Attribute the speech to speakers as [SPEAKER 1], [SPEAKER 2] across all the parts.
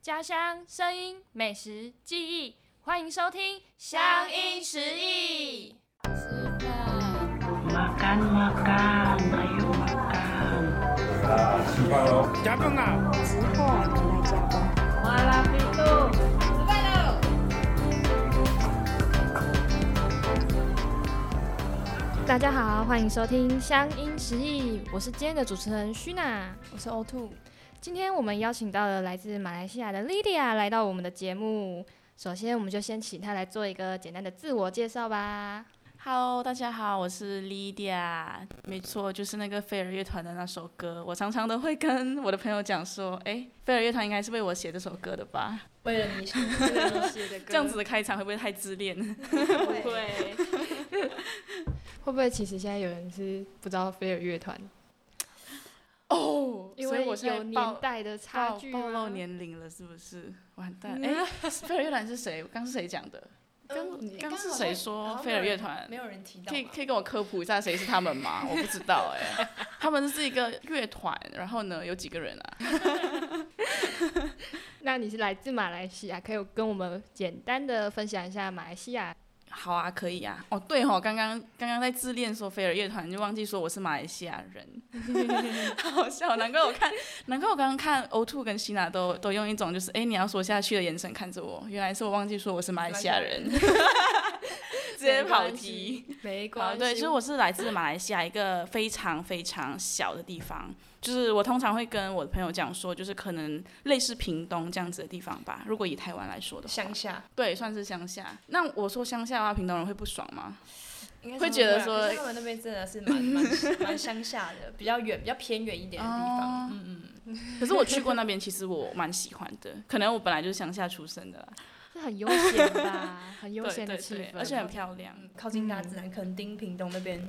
[SPEAKER 1] 家乡、声音、美食、记忆，欢迎收听《乡音识意》。
[SPEAKER 2] makan makan ayo makan malam itu
[SPEAKER 1] 大家好，欢迎收听《乡音识意》，我是今天的主持人徐娜，我是 O Two。今天我们邀请到了来自马来西亚的 Lydia 来到我们的节目。首先，我们就先请她来做一个简单的自我介绍吧。
[SPEAKER 3] Hello，大家好，我是 Lydia。没错，就是那个飞儿乐团的那首歌。我常常都会跟我的朋友讲说，哎，飞儿乐团应该是为我写这首歌的吧？
[SPEAKER 4] 为了你写，为了你写的歌，
[SPEAKER 3] 这样子的开场会不会太自恋？
[SPEAKER 4] 不会。
[SPEAKER 5] 会不会其实现在有人是不知道飞儿乐团，
[SPEAKER 3] 哦，
[SPEAKER 5] 因
[SPEAKER 3] 所以
[SPEAKER 5] 为
[SPEAKER 3] 我现在
[SPEAKER 5] 有
[SPEAKER 3] 暴
[SPEAKER 5] 年代的差
[SPEAKER 3] 暴
[SPEAKER 5] 距
[SPEAKER 3] 暴露
[SPEAKER 5] 吗？
[SPEAKER 3] 年龄了，是不是？完蛋！哎， 飞儿乐团是谁？刚是谁讲的？
[SPEAKER 4] 呃刚
[SPEAKER 5] 你
[SPEAKER 3] 刚是谁说飞儿乐团
[SPEAKER 4] 没有人提到
[SPEAKER 3] 可以
[SPEAKER 4] 吧？
[SPEAKER 3] 可以跟我科普一下谁是他们吗？我不知道 哎、他们是一个乐团，然后呢有几个人啊？
[SPEAKER 5] 那你是来自马来西亚，可以跟我们简单的分享一下马来西亚？
[SPEAKER 3] 好啊，可以啊。哦，对哦，刚刚刚刚在自恋说飞儿乐团，就忘记说我是马来西亚人，好笑。难怪我看，难怪我刚刚看 O Two 跟希娜都都用一种就是哎你要说下去的眼神看着我，原来是我忘记说我是马来西亚人，直接跑题。
[SPEAKER 5] 没
[SPEAKER 3] 啊，
[SPEAKER 5] 关系，
[SPEAKER 3] 对，其实我是来自马来西亚一个非常非常小的地方，就是我通常会跟我的朋友讲说，就是可能类似屏东这样子的地方吧。如果以台湾来说的话，
[SPEAKER 4] 乡下，
[SPEAKER 3] 对，算是乡下。那我说乡下的话，屏东人会不爽吗？
[SPEAKER 4] 应该是啊
[SPEAKER 3] 会觉得说
[SPEAKER 4] 可是他们那边真的是 蛮蛮蛮乡下的，比较远、比较偏远一点的地
[SPEAKER 3] 哦
[SPEAKER 4] 方。嗯嗯，
[SPEAKER 3] 可是我去过那边，其实我蛮喜欢的。可能我本来就是乡下出生的啦，
[SPEAKER 5] 是很悠闲 吧，很悠
[SPEAKER 3] 对
[SPEAKER 5] 闲
[SPEAKER 3] 对
[SPEAKER 5] 的气
[SPEAKER 3] 对，
[SPEAKER 5] 氛，
[SPEAKER 3] 而且很漂亮。
[SPEAKER 4] 嗯靠近大自然，垦丁、屏东那边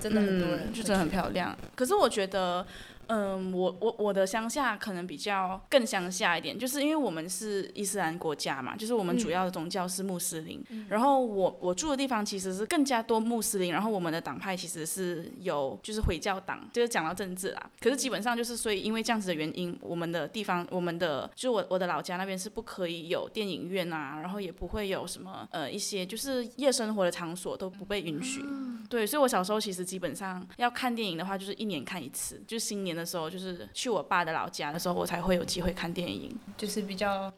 [SPEAKER 4] 真的很多人
[SPEAKER 3] 嗯
[SPEAKER 4] 会去，
[SPEAKER 3] 就真的很漂亮。可是我觉得，嗯，我我我的乡下可能比较更乡下一点，就是因为我们是伊斯兰国家嘛，就是我们主要的宗教是穆斯林。
[SPEAKER 4] 嗯
[SPEAKER 3] 然后我我住的地方其实是更加多穆斯林，然后我们的党派其实是有就是回教党，就是讲到政治啦。可是基本上就是所以因为这样子的原因，我们的地方我们的就是我我的老家那边是不可以有电影院啊，然后也不会有什么呃一些就是夜生活的场所都不被允许。对，所以我小时候其实基本上要看电影的话，就是一年看一次，就新年的时候，就是去我爸的老家的时候，我才会有机会看电影。
[SPEAKER 4] 就是比较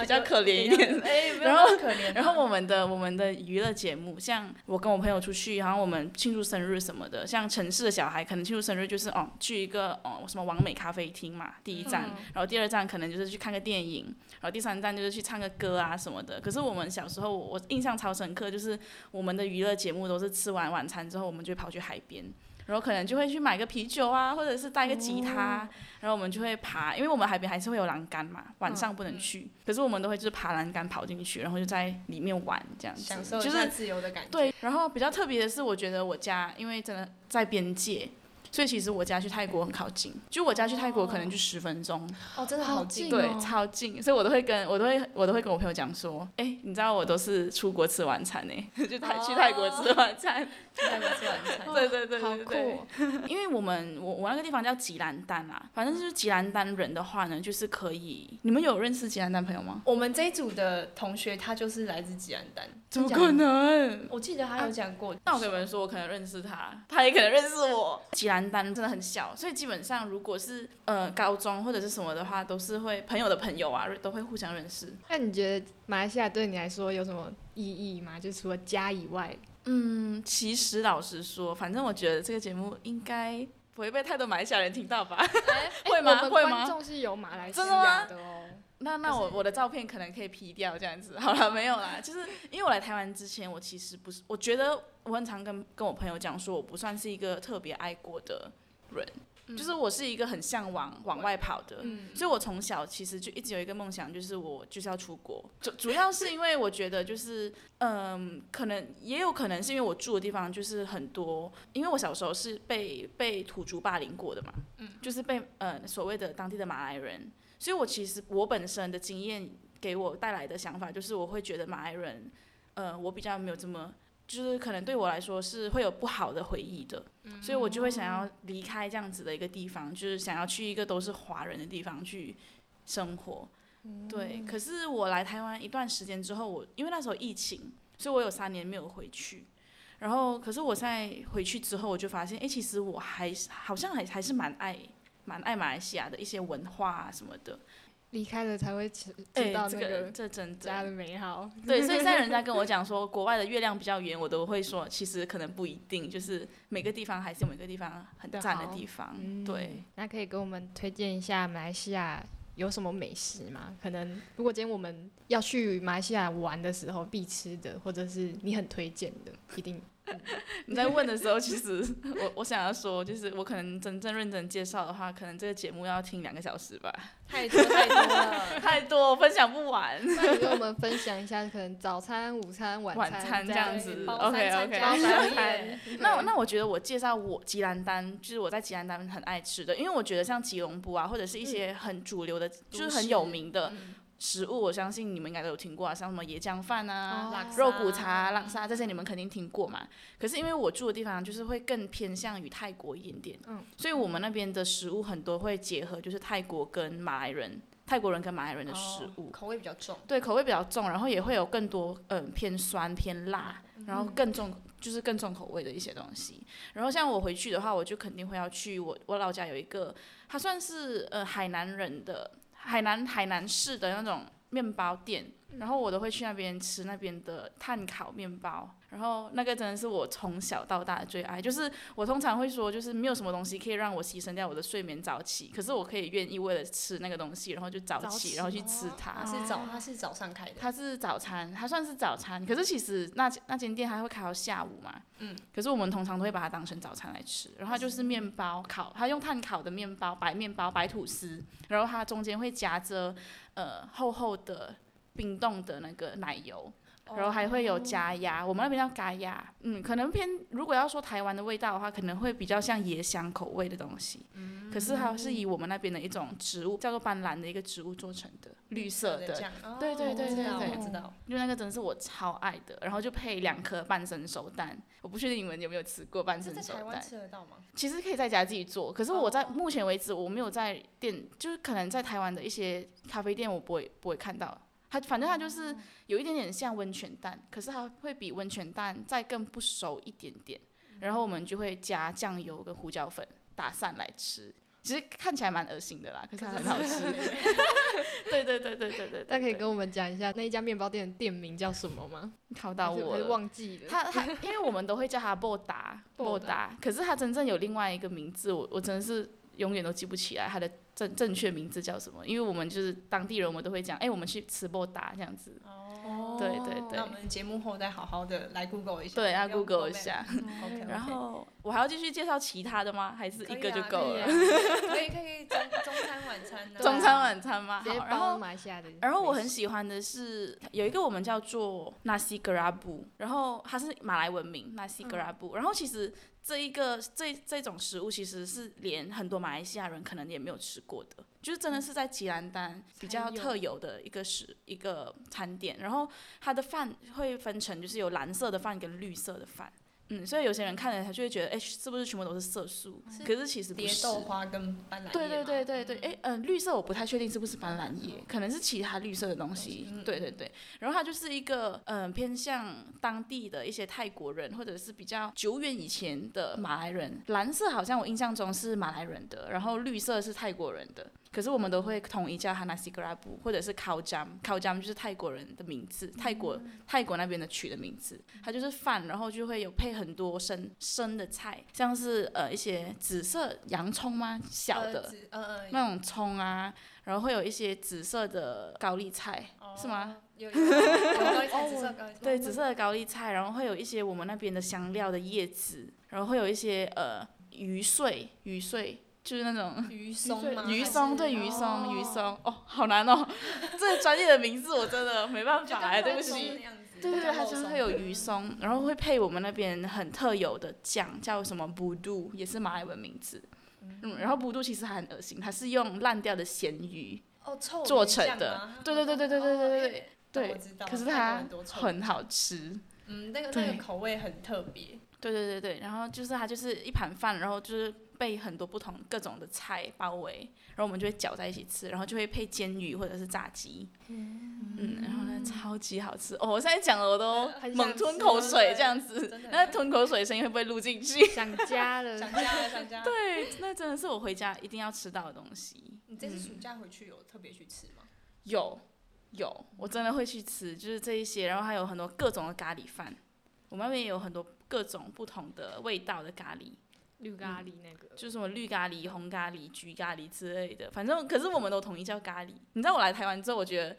[SPEAKER 3] 比较可怜一点
[SPEAKER 4] 哎，没有
[SPEAKER 3] 然后
[SPEAKER 4] 那么可怜啊。
[SPEAKER 3] 然后我们的我们的娱乐节目，像我跟我朋友出去，然后我们庆祝生日什么的，像城市的小孩可能庆祝生日就是哦去一个哦什么完美咖啡厅嘛，第一站，然后第二站可能就是去看个电影，然后第三站就是去唱个歌啊什么的。可是我们小时候我我印象超深刻，就是我们的娱乐节目都是吃完晚餐之后，我们就会跑去海边。然后可能就会去买个啤酒啊，或者是带个吉他，
[SPEAKER 4] 哦
[SPEAKER 3] 然后我们就会爬，因为我们海边还是会有栏杆
[SPEAKER 4] 嗯
[SPEAKER 3] 嘛，晚上不能去，可是我们都会就是爬栏杆跑进去，然后就在里面玩这样子，
[SPEAKER 4] 享受
[SPEAKER 3] 就
[SPEAKER 4] 一
[SPEAKER 3] 是
[SPEAKER 4] 下自由的感觉。
[SPEAKER 3] 对，然后比较特别的是，我觉得我家因为真的在边界，所以其实我家去泰国很靠近，就我家去泰国可能就十分钟，
[SPEAKER 4] 哦，真的好近。
[SPEAKER 3] 对，超近，所以我都会跟我都会我都会跟我朋友讲说，哎，你知道我都是出国吃晚餐呢、 就泰、去泰国吃晚餐，
[SPEAKER 4] 在吃晚餐。
[SPEAKER 3] 对对对
[SPEAKER 5] 哦好
[SPEAKER 3] 对
[SPEAKER 5] 酷
[SPEAKER 3] 对
[SPEAKER 5] 哦。
[SPEAKER 3] 因为我们我我那个地方叫吉兰丹啦，反正就是吉兰丹人的话呢，就是可以，你们有认识吉兰丹朋友吗？
[SPEAKER 4] 我们这一组的同学，他就是来自吉安丹。
[SPEAKER 3] 怎么可能？
[SPEAKER 4] 我记得他有讲过，
[SPEAKER 3] 啊那我跟你们说，我可能认识他，他也可能认识我。吉兰丹真的很小，所以基本上如果是呃高中或者是什么的话，都是会朋友的朋友啊，都会互相认识。
[SPEAKER 5] 那你觉得马来西亚对你来说有什么意义吗？就除了家以外，
[SPEAKER 3] 嗯，其实老实说，反正我觉得这个节目应该不会被太多马来西亚人听到吧？ 会
[SPEAKER 5] 哎我
[SPEAKER 3] 吗？
[SPEAKER 5] 们
[SPEAKER 3] 会
[SPEAKER 5] 观
[SPEAKER 3] 吗？
[SPEAKER 5] 众是有马来西
[SPEAKER 3] 真的吗
[SPEAKER 5] 亚的哦。
[SPEAKER 3] 那那我我的照片可能可以 P 掉这样子，好了，没有啦，就是因为我来台湾之前，我其实不是，我觉得我很常跟跟我朋友讲说，我不算是一个特别爱国的人，就是我是一个很向往往外跑的，所以我从小其实就一直有一个梦想，就是我就是要出国，主主要是因为我觉得就是嗯，可能也有可能是因为我住的地方就是很多，因为我小时候是被被土著霸凌过的嘛，就是被呃所谓的当地的马来人，所以我其实我本身的经验给我带来的想法就是，我会觉得马来人，呃，我比较没有这么，就是可能对我来说是会有不好的回忆的，所以我就会想要离开这样子的一个地方，就是想要去一个都是华人的地方去。生活。对，可是我来台湾一段时间之后，我因为那时候疫情，所以我有三年没有回去。然后，可是我在回去之后，我就发现，哎，其实我还是好像还还是蛮爱蛮爱马来西亚的一些文化啊什么的。
[SPEAKER 5] 离开了才会知
[SPEAKER 3] 哎
[SPEAKER 5] 知，道
[SPEAKER 3] 这
[SPEAKER 5] 那
[SPEAKER 3] 个
[SPEAKER 5] 个
[SPEAKER 3] 这真
[SPEAKER 5] 家
[SPEAKER 3] 的
[SPEAKER 5] 的美好。
[SPEAKER 3] 对， 所以现在人家跟我讲说国外的月亮比较圆，我都会说其实可能不一定，就是每个地方还是有每个地方很
[SPEAKER 5] 的
[SPEAKER 3] 赞的
[SPEAKER 5] 好
[SPEAKER 3] 地方。对，
[SPEAKER 5] 嗯那可以给我们推荐一下马来西亚有什么美食吗？可能如果今天我们要去马来西亚玩的时候必吃的，或者是你很推荐的，一 定
[SPEAKER 3] 你在问的时候，其实 我我想要说，就是我可能真正认真介绍的话，可能这个节目要听两个小时吧，
[SPEAKER 4] 太多太多了。
[SPEAKER 3] 太多我分享不完。
[SPEAKER 5] 那你跟我们分享一下，可能早餐、午餐、晚
[SPEAKER 3] 晚餐
[SPEAKER 5] 餐
[SPEAKER 3] 这样子
[SPEAKER 4] 哎包
[SPEAKER 3] ，OK，
[SPEAKER 4] 三餐
[SPEAKER 3] OK
[SPEAKER 4] 加宵夜
[SPEAKER 3] 那那我觉得我介绍我吉兰丹，就是我在吉兰丹很爱吃的，因为我觉得像吉隆坡啊，或者是一
[SPEAKER 5] 嗯
[SPEAKER 3] 些很主流的，就是很有名的食物，我相信你们应该都有听过啊，像什么椰浆饭啊、
[SPEAKER 5] 哦
[SPEAKER 4] 拉
[SPEAKER 3] 肉骨茶、浪沙这些你们肯定听过嘛。可是因为我住的地方就是会更偏向于泰国一点点，
[SPEAKER 5] 嗯
[SPEAKER 3] 所以我们那边的食物很多会结合就是泰国跟马来人、泰国人跟马来人的
[SPEAKER 5] 哦
[SPEAKER 3] 食物，
[SPEAKER 4] 哦口味比较重，
[SPEAKER 3] 对口味比较重，然后也会有更多嗯、偏酸偏辣，然后更重就是更重口味的一些东西。然后像我回去的话，我就肯定会要去我我老家有一个，它算是呃海南人的海南海南市的那种面包店，然后我都会去那边吃那边的碳烤面包。然后那个真的是我从小到大的最爱，就是我通常会说，就是没有什么东西可以让我牺牲掉我的睡眠早起，可是我可以愿意为了吃那个东西，然后就早
[SPEAKER 4] 早
[SPEAKER 3] 起，
[SPEAKER 4] 起
[SPEAKER 3] 然后去吃它。
[SPEAKER 4] 它是早它是早上开的，
[SPEAKER 3] 它是早餐，它算是早餐，可是其实那那间店它会开到下午嘛，
[SPEAKER 4] 嗯，
[SPEAKER 3] 可是我们通常都会把它当成早餐来吃，然后它就是面包烤，它用炭烤的面包，白面包、白吐司，然后它中间会夹着呃厚厚的冰冻的那个奶油，然后还会有加鸭，我们那边叫嘎鸭，嗯，可能偏如果要说台湾的味道的话，可能会比较像椰香口味的东西，嗯，可是它是以我们那边的一种植物叫做斑斓的一个植物做成的，绿色的，
[SPEAKER 4] 酱，
[SPEAKER 3] 对对对
[SPEAKER 4] 我知道
[SPEAKER 3] 对对
[SPEAKER 4] 我知道，
[SPEAKER 3] 因为那个真的是我超爱的，然后就配两颗半生熟蛋。我不确定你们有没有吃过半
[SPEAKER 4] 是
[SPEAKER 3] 生
[SPEAKER 4] 在
[SPEAKER 3] 熟
[SPEAKER 4] 台湾
[SPEAKER 3] 蛋，
[SPEAKER 4] 吃得到吗？
[SPEAKER 3] 其实可以在家自己做。可是我
[SPEAKER 5] 哦
[SPEAKER 3] 在目前为止，我没有在店，就是可能在台湾的一些咖啡店，我不会不会看到。它反正它就是
[SPEAKER 5] 哦
[SPEAKER 3] 有一点点像温泉蛋，可是它会比温泉蛋再更不熟一点点。
[SPEAKER 5] 嗯
[SPEAKER 3] 然后我们就会加酱油跟胡椒粉打散来吃，其实看起来蛮恶心的啦，可是很好 吃。对对对对对对对，
[SPEAKER 5] 大家可以
[SPEAKER 3] 对
[SPEAKER 5] 跟我们讲一下那一家面包店的店名叫什么吗？
[SPEAKER 3] 考到
[SPEAKER 5] 还是
[SPEAKER 3] 我
[SPEAKER 5] 还是
[SPEAKER 3] 了
[SPEAKER 5] 忘记了。
[SPEAKER 3] 他他，因为我们都会叫他布达布
[SPEAKER 5] 布达
[SPEAKER 3] 达，可是他真正有另外一个名字，我我真的是永远都记不起来他的正正确名字叫什么，因为我们就是当地人，我们都会讲，哎、我们去吃布达这样子，
[SPEAKER 4] 哦
[SPEAKER 3] 对对对
[SPEAKER 4] 那我们节目后再好好的来 Google 一下，
[SPEAKER 3] 对，要
[SPEAKER 4] 不用
[SPEAKER 3] Google 一
[SPEAKER 4] Google
[SPEAKER 3] 下。
[SPEAKER 4] OK，
[SPEAKER 3] 然后啊我还要继续介绍其他的吗？还是一个就够了？
[SPEAKER 4] 可以可以中中餐晚餐呢，
[SPEAKER 3] 中餐晚餐吗？
[SPEAKER 5] 直接
[SPEAKER 3] 好，然
[SPEAKER 5] 包
[SPEAKER 3] 后
[SPEAKER 5] 马来西亚的美食。
[SPEAKER 3] 然后我很喜欢的是有一个我们叫做 nasi gerabu，然后它是马来文名 nasi
[SPEAKER 4] 嗯
[SPEAKER 3] gerabu，、然后其实这一个这这种食物其实是连很多马来西亚人可能也没有吃过的，就是真的是在吉兰丹比较特有的一个食一个餐点，然后它的饭会分成就是有蓝色的饭跟绿色的饭。嗯，所以有些人看了他就会觉得，哎，是不是全部都是色素？
[SPEAKER 4] 是
[SPEAKER 3] 可是其实不
[SPEAKER 4] 蝶
[SPEAKER 3] 是。
[SPEAKER 4] 豆花跟斑斓叶
[SPEAKER 3] 对对
[SPEAKER 4] 嘛
[SPEAKER 3] 对对对，哎，嗯、绿色我不太确定是不是斑斓叶，可能是其他绿色的东西。
[SPEAKER 4] 嗯
[SPEAKER 3] 对对对，然后它就是一个嗯、呃偏向当地的一些泰国人，或者是比较久远以前的马来人。蓝色好像我印象中是马来人的，然后绿色是泰国人的。可是我们都会统一叫它 nasi g r a b 或者是 khao jam。khao jam 就是泰国人的名字，泰国、
[SPEAKER 4] 嗯
[SPEAKER 3] 泰国那边的取的名字。它就是饭，然后就会有配很多生生的菜，像是呃一些紫色洋葱吗？小的，
[SPEAKER 4] 呃紫呃
[SPEAKER 3] 那种葱啊，然后会有一些紫色的高丽菜，
[SPEAKER 4] 呃
[SPEAKER 3] 是吗？
[SPEAKER 4] 有有有有有有紫色高
[SPEAKER 3] 对，紫色的高丽菜，然后会有一些我们那边的香料的叶子，然后会有一些呃鱼碎，鱼碎就是那种。
[SPEAKER 4] 鱼松吗？
[SPEAKER 3] 鱼
[SPEAKER 4] 还
[SPEAKER 3] 松
[SPEAKER 4] 是
[SPEAKER 3] 对啊鱼松，鱼松哦，好难哦，这个专业的名字我真的没办
[SPEAKER 4] 就
[SPEAKER 3] 法
[SPEAKER 4] 跟
[SPEAKER 3] 哎，对不
[SPEAKER 4] 肉松
[SPEAKER 3] 起
[SPEAKER 4] 那。样子
[SPEAKER 3] 对对对，
[SPEAKER 4] 跟
[SPEAKER 3] 它
[SPEAKER 4] 肉
[SPEAKER 3] 就是
[SPEAKER 4] 松
[SPEAKER 3] 会有鱼松，然后会配我们那边很特有的酱，叫什么 b u d u 也是马来文名字。嗯，然后 b u d u 其实还很恶心，它是用烂掉的咸鱼，
[SPEAKER 4] 哦臭
[SPEAKER 3] 做
[SPEAKER 4] 鱼
[SPEAKER 3] 成
[SPEAKER 4] 酱
[SPEAKER 3] 的
[SPEAKER 4] 吗
[SPEAKER 3] 对对对对对对对
[SPEAKER 4] 哦
[SPEAKER 3] 对
[SPEAKER 4] 因为
[SPEAKER 3] 对
[SPEAKER 4] 我知道
[SPEAKER 3] 可是
[SPEAKER 4] 泰国
[SPEAKER 3] 它
[SPEAKER 4] 人多臭
[SPEAKER 3] 很好吃。
[SPEAKER 4] 嗯，那个
[SPEAKER 3] 对
[SPEAKER 4] 那个口味很特别，
[SPEAKER 3] 对对对对，然后就是它就是一盘饭，然后就是被很多不同各种的菜包围，然后我们就会搅在一起吃，然后就会配煎鱼或者是炸鸡，嗯，然后呢超级好吃哦！我现在讲了我都
[SPEAKER 5] 很想
[SPEAKER 3] 猛吞
[SPEAKER 5] 吃
[SPEAKER 3] 口水
[SPEAKER 4] 对
[SPEAKER 3] 这样子
[SPEAKER 4] 真的，
[SPEAKER 3] 那吞口水声音会不会录进 去？
[SPEAKER 5] 想家 了，
[SPEAKER 4] 想家了，想家。对，
[SPEAKER 3] 对，那真的是我回家一定要吃到的东西。
[SPEAKER 4] 你这次暑假回去有特别去吃吗？
[SPEAKER 3] 有有，我真的会去吃，就是这一些，然后还有很多各种的咖喱饭，我们那边也有很多各种不同的味道的咖喱，
[SPEAKER 5] 绿咖喱那个，
[SPEAKER 3] 嗯就是什么绿咖喱、红咖喱、橘咖喱之类的，反正可是我们都统一叫咖喱。你知道我来台湾之后，我觉得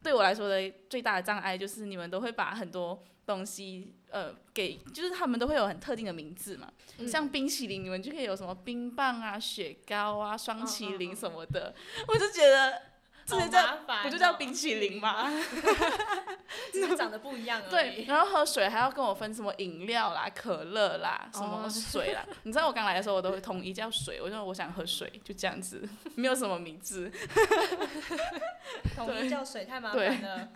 [SPEAKER 3] 对我来说的最大的障碍就是你们都会把很多东西呃给，就是他们都会有很特定的名字嘛，像冰淇淋，你们就可以有什么冰棒啊、雪糕啊、双淇淋什么的，我就觉得嗯这些叫。
[SPEAKER 4] 好麻烦哦
[SPEAKER 3] 不就叫冰淇淋吗？
[SPEAKER 4] 只是长得不一样而
[SPEAKER 3] 对，
[SPEAKER 4] 已。
[SPEAKER 3] 然后喝水还要跟我分什么饮料啦、可乐啦、什么
[SPEAKER 5] 哦
[SPEAKER 3] 水啦。你知道我刚来的时候，我都会统一叫水，我就说我想喝水，就这样子，没有什么名字。
[SPEAKER 4] 统一叫水太麻烦了。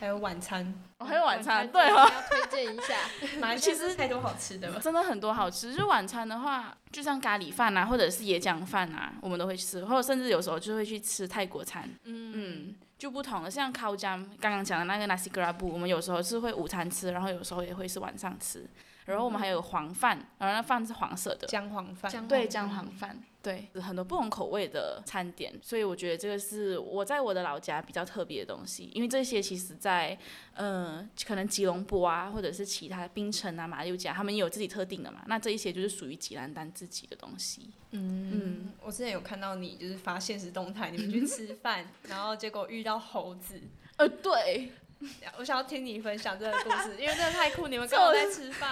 [SPEAKER 4] 还有晚餐，
[SPEAKER 3] 我还有晚餐，对
[SPEAKER 5] 真的
[SPEAKER 3] 哦，
[SPEAKER 5] 要推荐一 下，
[SPEAKER 4] 马来西亚真的太多好吃的了。
[SPEAKER 3] 真的很多好吃。就是晚餐的话，就像咖喱饭啊，或者是椰浆饭啊，我们都会吃，或者甚至有时候就会去吃泰国餐。嗯就不同了。像 k a 刚刚讲的那个 nasi g r a b 我们有时候是会午餐吃，然后有时候也会是晚上吃。然后我们还有黄饭，然后那饭是黄色的，
[SPEAKER 4] 姜黄饭，
[SPEAKER 5] 姜
[SPEAKER 3] 对姜黄饭，对很多不同口味的餐点，所以我觉得这个是我在我的老家比较特别的东西，因为这些其实在呃可能吉隆坡啊，或者是其他槟城啊、马六甲，他们也有自己特定的嘛，那这一些就是属于吉兰丹自己的东西。
[SPEAKER 4] 嗯，我之前有看到你就是发现实动态，你们去吃 饭，然后结果遇到猴子。
[SPEAKER 3] 呃，对，
[SPEAKER 4] 我想要听你分享这个故 事，因为真的太酷，你们刚好在吃饭，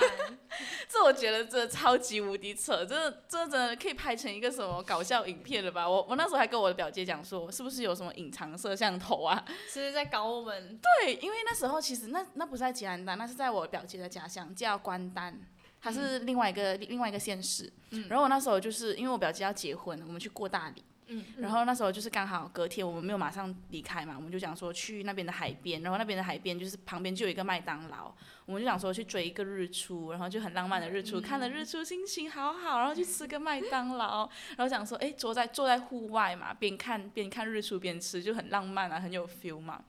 [SPEAKER 3] 这我觉得真的超级无敌扯，这这真的可以拍成一个什么搞笑影片了吧？我我那时候还跟我的表姐讲说，是不是有什么隐藏摄像头啊？
[SPEAKER 4] 是不是在搞我们？
[SPEAKER 3] 对，因为那时候其实那那不是在吉兰丹，那是在我表姐的家乡叫关丹，它是另外一个、另外一个县市。然后我那时候就是因为我表姐要结婚，我们去过大理。
[SPEAKER 4] 嗯
[SPEAKER 3] 然后那时候就是刚好隔天我们没有马上离开嘛，我们就想说去那边的海边，然后那边的海边就是旁边就有一个麦当劳，我们就想说去追一个日出，然后就很浪漫的日出，看了日出心情好好，然后去吃个麦当劳，然后想说哎坐在坐在户外嘛，边看边看日出边吃就很浪漫啊，很有 feel 嘛。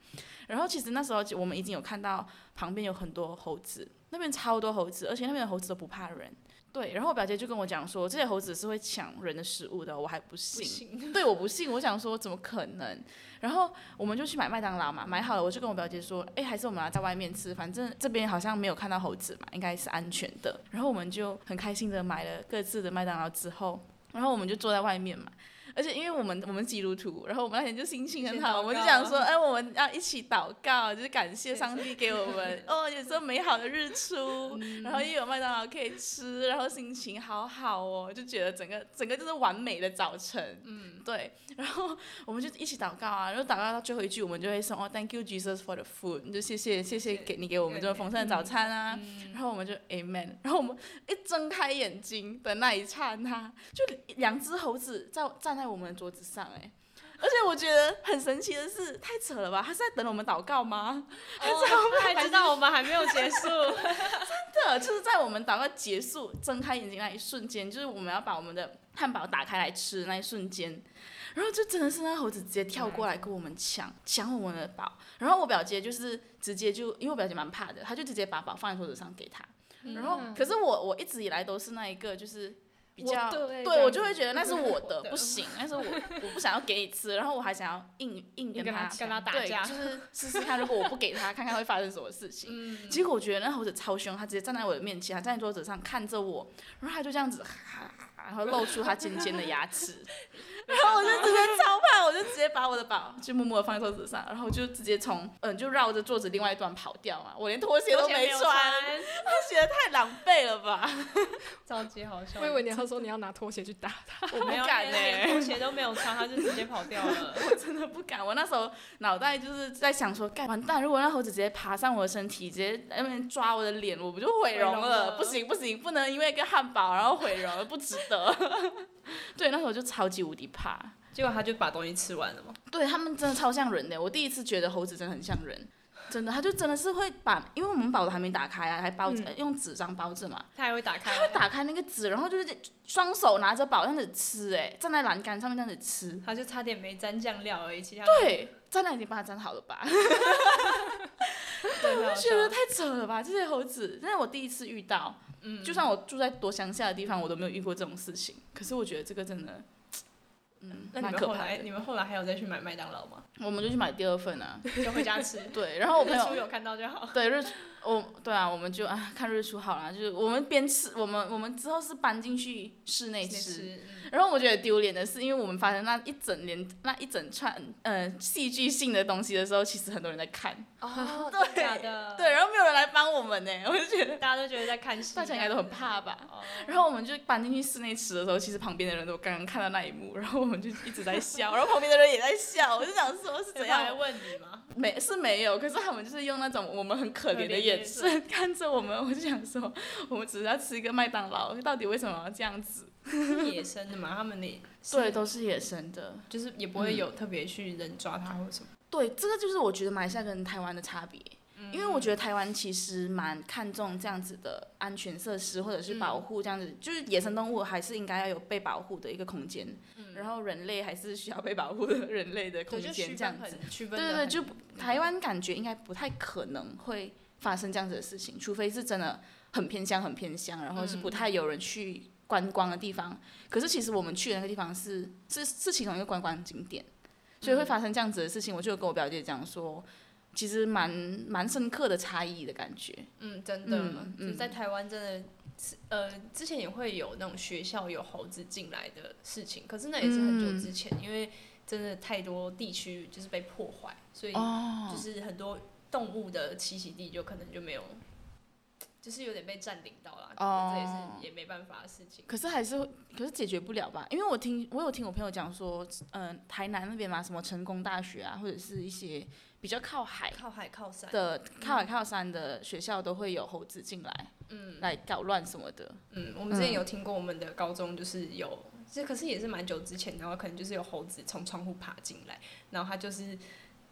[SPEAKER 3] 然后其实那时候就我们已经有看到旁边有很多猴子，那边超多猴子，而且那边的猴子都不怕人。对，然后我表姐就跟我讲说，这些猴子是会抢人的食物的，我还不信。对，我不信，我想说怎么可能？然后我们就去买麦当劳嘛，买好了我就跟我表姐说，哎，还是我们要在外面吃，反正这边好像没有看到猴子嘛，应该是安全的。然后我们就很开心的买了各自的麦当劳之后，然后我们就坐在外面嘛。而且因为我们我们基督徒，然后我们那天就心情很
[SPEAKER 4] 先祷
[SPEAKER 3] 好，
[SPEAKER 4] 告
[SPEAKER 3] 我们就想说，哎，我们要一起祷告，就是感谢上帝给我们哦，有这美好的日出，
[SPEAKER 4] 嗯
[SPEAKER 3] 然后又有麦当劳可以吃，然后心情好好哦，就觉得整个整个就是完美的早晨，嗯，对，然后我们就一起祷告啊，然后祷告到最后一句，我们就会说哦，Thank you Jesus for the food，就谢谢谢谢给你给我们这么丰盛的早餐啊，然后我们就 Amen，然后我们一睁开眼睛的那一刹那，就两只猴子在站在我们的桌子上、哎。而且我觉得很神奇的是，太扯了吧？他是在等我们祷告吗？
[SPEAKER 4] 还知道哦还知道我们还没有结束，
[SPEAKER 3] 这就是在我们祷告结束、睁开眼睛那一瞬间，就是我们要把我们的汉堡打开来吃的那一瞬间，然后就真的是那猴子直接跳过来跟我们抢抢我们的宝，然后我表姐就是直接就，因为我表姐蛮怕的，她就直接把宝放在桌子上给她。
[SPEAKER 5] 嗯
[SPEAKER 3] 然后，可是我我一直以来都是那一个就是比较
[SPEAKER 5] 我对这
[SPEAKER 3] 对
[SPEAKER 5] 样
[SPEAKER 3] 我就会觉得那是我
[SPEAKER 4] 我
[SPEAKER 3] 的，
[SPEAKER 4] 的
[SPEAKER 3] 不行，那是我我不想要给你吃，然后我还想要硬硬跟他
[SPEAKER 4] 跟他打
[SPEAKER 3] 对，
[SPEAKER 4] 架
[SPEAKER 3] 就，是试试看，如果我不给他，看看会发生什么事情。结果我觉得那猴子超凶，他直接站在我的面前，他站在桌子上看着我，然后他就这样子，然后露出他尖尖的牙齿，然后我就直接超怕，我就直接把我的宝就默默的放在桌子上，然后就直接从嗯就绕着桌子另外一端跑掉嘛，我连拖鞋都
[SPEAKER 4] 我嗯没
[SPEAKER 3] 没穿，，他觉得太狼狈了吧？
[SPEAKER 4] 超级好笑。
[SPEAKER 5] 我以为你要说你要拿拖鞋去打他，
[SPEAKER 4] 我没有
[SPEAKER 3] 不敢欸
[SPEAKER 4] 连拖鞋都没有穿，他就直接跑掉了。
[SPEAKER 3] 真的不敢。我那时候脑袋就是在想说，干完蛋，如果那猴子直接爬上我的身体，直接在那边抓我的脸，我不就毁容
[SPEAKER 4] 毁容
[SPEAKER 3] 了？
[SPEAKER 4] 了
[SPEAKER 3] 不行不行，不能因为一个汉堡然后毁容了，不值得。 对，那时候就超级无敌怕。
[SPEAKER 4] 结果他就把东西吃完了嘛。
[SPEAKER 3] 对他们真的超像人的，我第一次觉得猴子真的很像人。真的，他就真的是会把，因为我们把我的还没打开啊，还包着、用纸张包着嘛，
[SPEAKER 4] 他还会打开
[SPEAKER 3] 他，打开那个纸，然后就是双手拿着宝这样子吃、哎，站在栏杆上面这样子吃，
[SPEAKER 4] 他就差点没沾酱料而已，其他
[SPEAKER 3] 对，站在已经把它粘好了吧，
[SPEAKER 4] 对，我
[SPEAKER 3] 觉得太扯了吧，这些猴子，那是我第一次遇到，
[SPEAKER 4] 嗯，
[SPEAKER 3] 就算我住在多乡下的地方，我都没有遇过这种事情，可是我觉得这个真的，嗯，
[SPEAKER 4] 那你
[SPEAKER 3] 蛮
[SPEAKER 4] 们
[SPEAKER 3] 可
[SPEAKER 4] 后
[SPEAKER 3] 怕
[SPEAKER 4] 来
[SPEAKER 3] 的，
[SPEAKER 4] 你们后来还有再去买麦当劳吗？
[SPEAKER 3] 我们就去买第二份啊，
[SPEAKER 4] 就回家吃，
[SPEAKER 3] 对，然后我朋
[SPEAKER 4] 日
[SPEAKER 3] 友
[SPEAKER 4] 出有看到就 好。
[SPEAKER 3] 对日出，我对啊，我们就啊看日出好了，就是我们边吃，我们我们之后是搬进去室内吃，
[SPEAKER 4] 吃，嗯
[SPEAKER 3] 然后我觉得丢脸的是，因为我们发生那一整连那一整串呃戏剧性的东西的时候，其实很多人在看，
[SPEAKER 4] 哦，
[SPEAKER 3] 对
[SPEAKER 4] 真假的，
[SPEAKER 3] 对，，然后没有人来帮我们呢，我就觉得
[SPEAKER 4] 大家都觉得在看戏，
[SPEAKER 3] 大家应该都很怕吧。
[SPEAKER 4] 哦。
[SPEAKER 3] 然后我们就搬进去室内吃的时候，其实旁边的人都刚刚看到那一幕，然后我们就一直在笑，然后旁边的人也在笑，我就想说是
[SPEAKER 4] 怎
[SPEAKER 3] 怎
[SPEAKER 4] 样来
[SPEAKER 3] 样，
[SPEAKER 4] 问你吗？
[SPEAKER 3] 没是没有，可是他们就是用那种我们很可
[SPEAKER 4] 可
[SPEAKER 3] 怜
[SPEAKER 4] 怜
[SPEAKER 3] 的
[SPEAKER 4] 的
[SPEAKER 3] 眼
[SPEAKER 4] 眼
[SPEAKER 3] 神看着我们，我就想说，我们只是要吃一个麦当劳，到底为什么要这样子？
[SPEAKER 4] 是野生的嘛，他们那
[SPEAKER 3] 对，，都是野生的。
[SPEAKER 4] 就是也不会有特别去人抓它或什么。
[SPEAKER 3] 对，这个就是我觉得马来西亚跟台湾的差别，
[SPEAKER 4] 嗯
[SPEAKER 3] 因为我觉得台湾其实蛮看重这样子的安全设施或者是
[SPEAKER 4] 嗯
[SPEAKER 3] 保护，这样子、就是野生动物还是应该要有被保护的一个空间，然后人类还是需要被保护的 人类的空
[SPEAKER 4] 嗯对，就
[SPEAKER 3] 间
[SPEAKER 4] 区
[SPEAKER 3] 这样
[SPEAKER 4] 分
[SPEAKER 3] 子。
[SPEAKER 4] 很区分
[SPEAKER 3] 对
[SPEAKER 4] 得
[SPEAKER 3] 对对，
[SPEAKER 4] 很
[SPEAKER 3] 就不台湾感觉应该不太可能会发生这样子的事情，除非是真的很偏乡很偏乡，然后是不太有人去观光的地方。可是其实我们去的那个地方是是是其中一个观光景点，所以会发生这样子的事情。我就有跟我表姐讲说，其实蛮蛮深刻的差异的感觉。
[SPEAKER 4] 嗯，真的，
[SPEAKER 3] 嗯
[SPEAKER 4] 就是
[SPEAKER 3] 嗯
[SPEAKER 4] 在台湾真的是，呃，之前也会有那种学校有猴子进来的事情，可是那也是很久之前，因为真的太多地区就是被破坏，所以
[SPEAKER 3] 哦
[SPEAKER 4] 就是很多动物的栖息地就可能就没有，就是有点被占领到了，
[SPEAKER 3] 哦
[SPEAKER 4] 这也是也没办法的事情。
[SPEAKER 3] 可是还是会可是解决不了吧？因为我听我有听我朋友讲说，嗯、台南那边嘛，什么成功大学啊，或者是一些比较靠海
[SPEAKER 4] 靠海靠山，
[SPEAKER 3] 的靠海靠山的学校都会有猴子进来，
[SPEAKER 4] 嗯
[SPEAKER 3] 来搞乱什么的。
[SPEAKER 4] 嗯，我们之
[SPEAKER 3] 嗯
[SPEAKER 4] 前有听过，我们的高中就是有，这可是也是蛮久之前，然后可能就是有猴子从窗户爬进来，然后他就是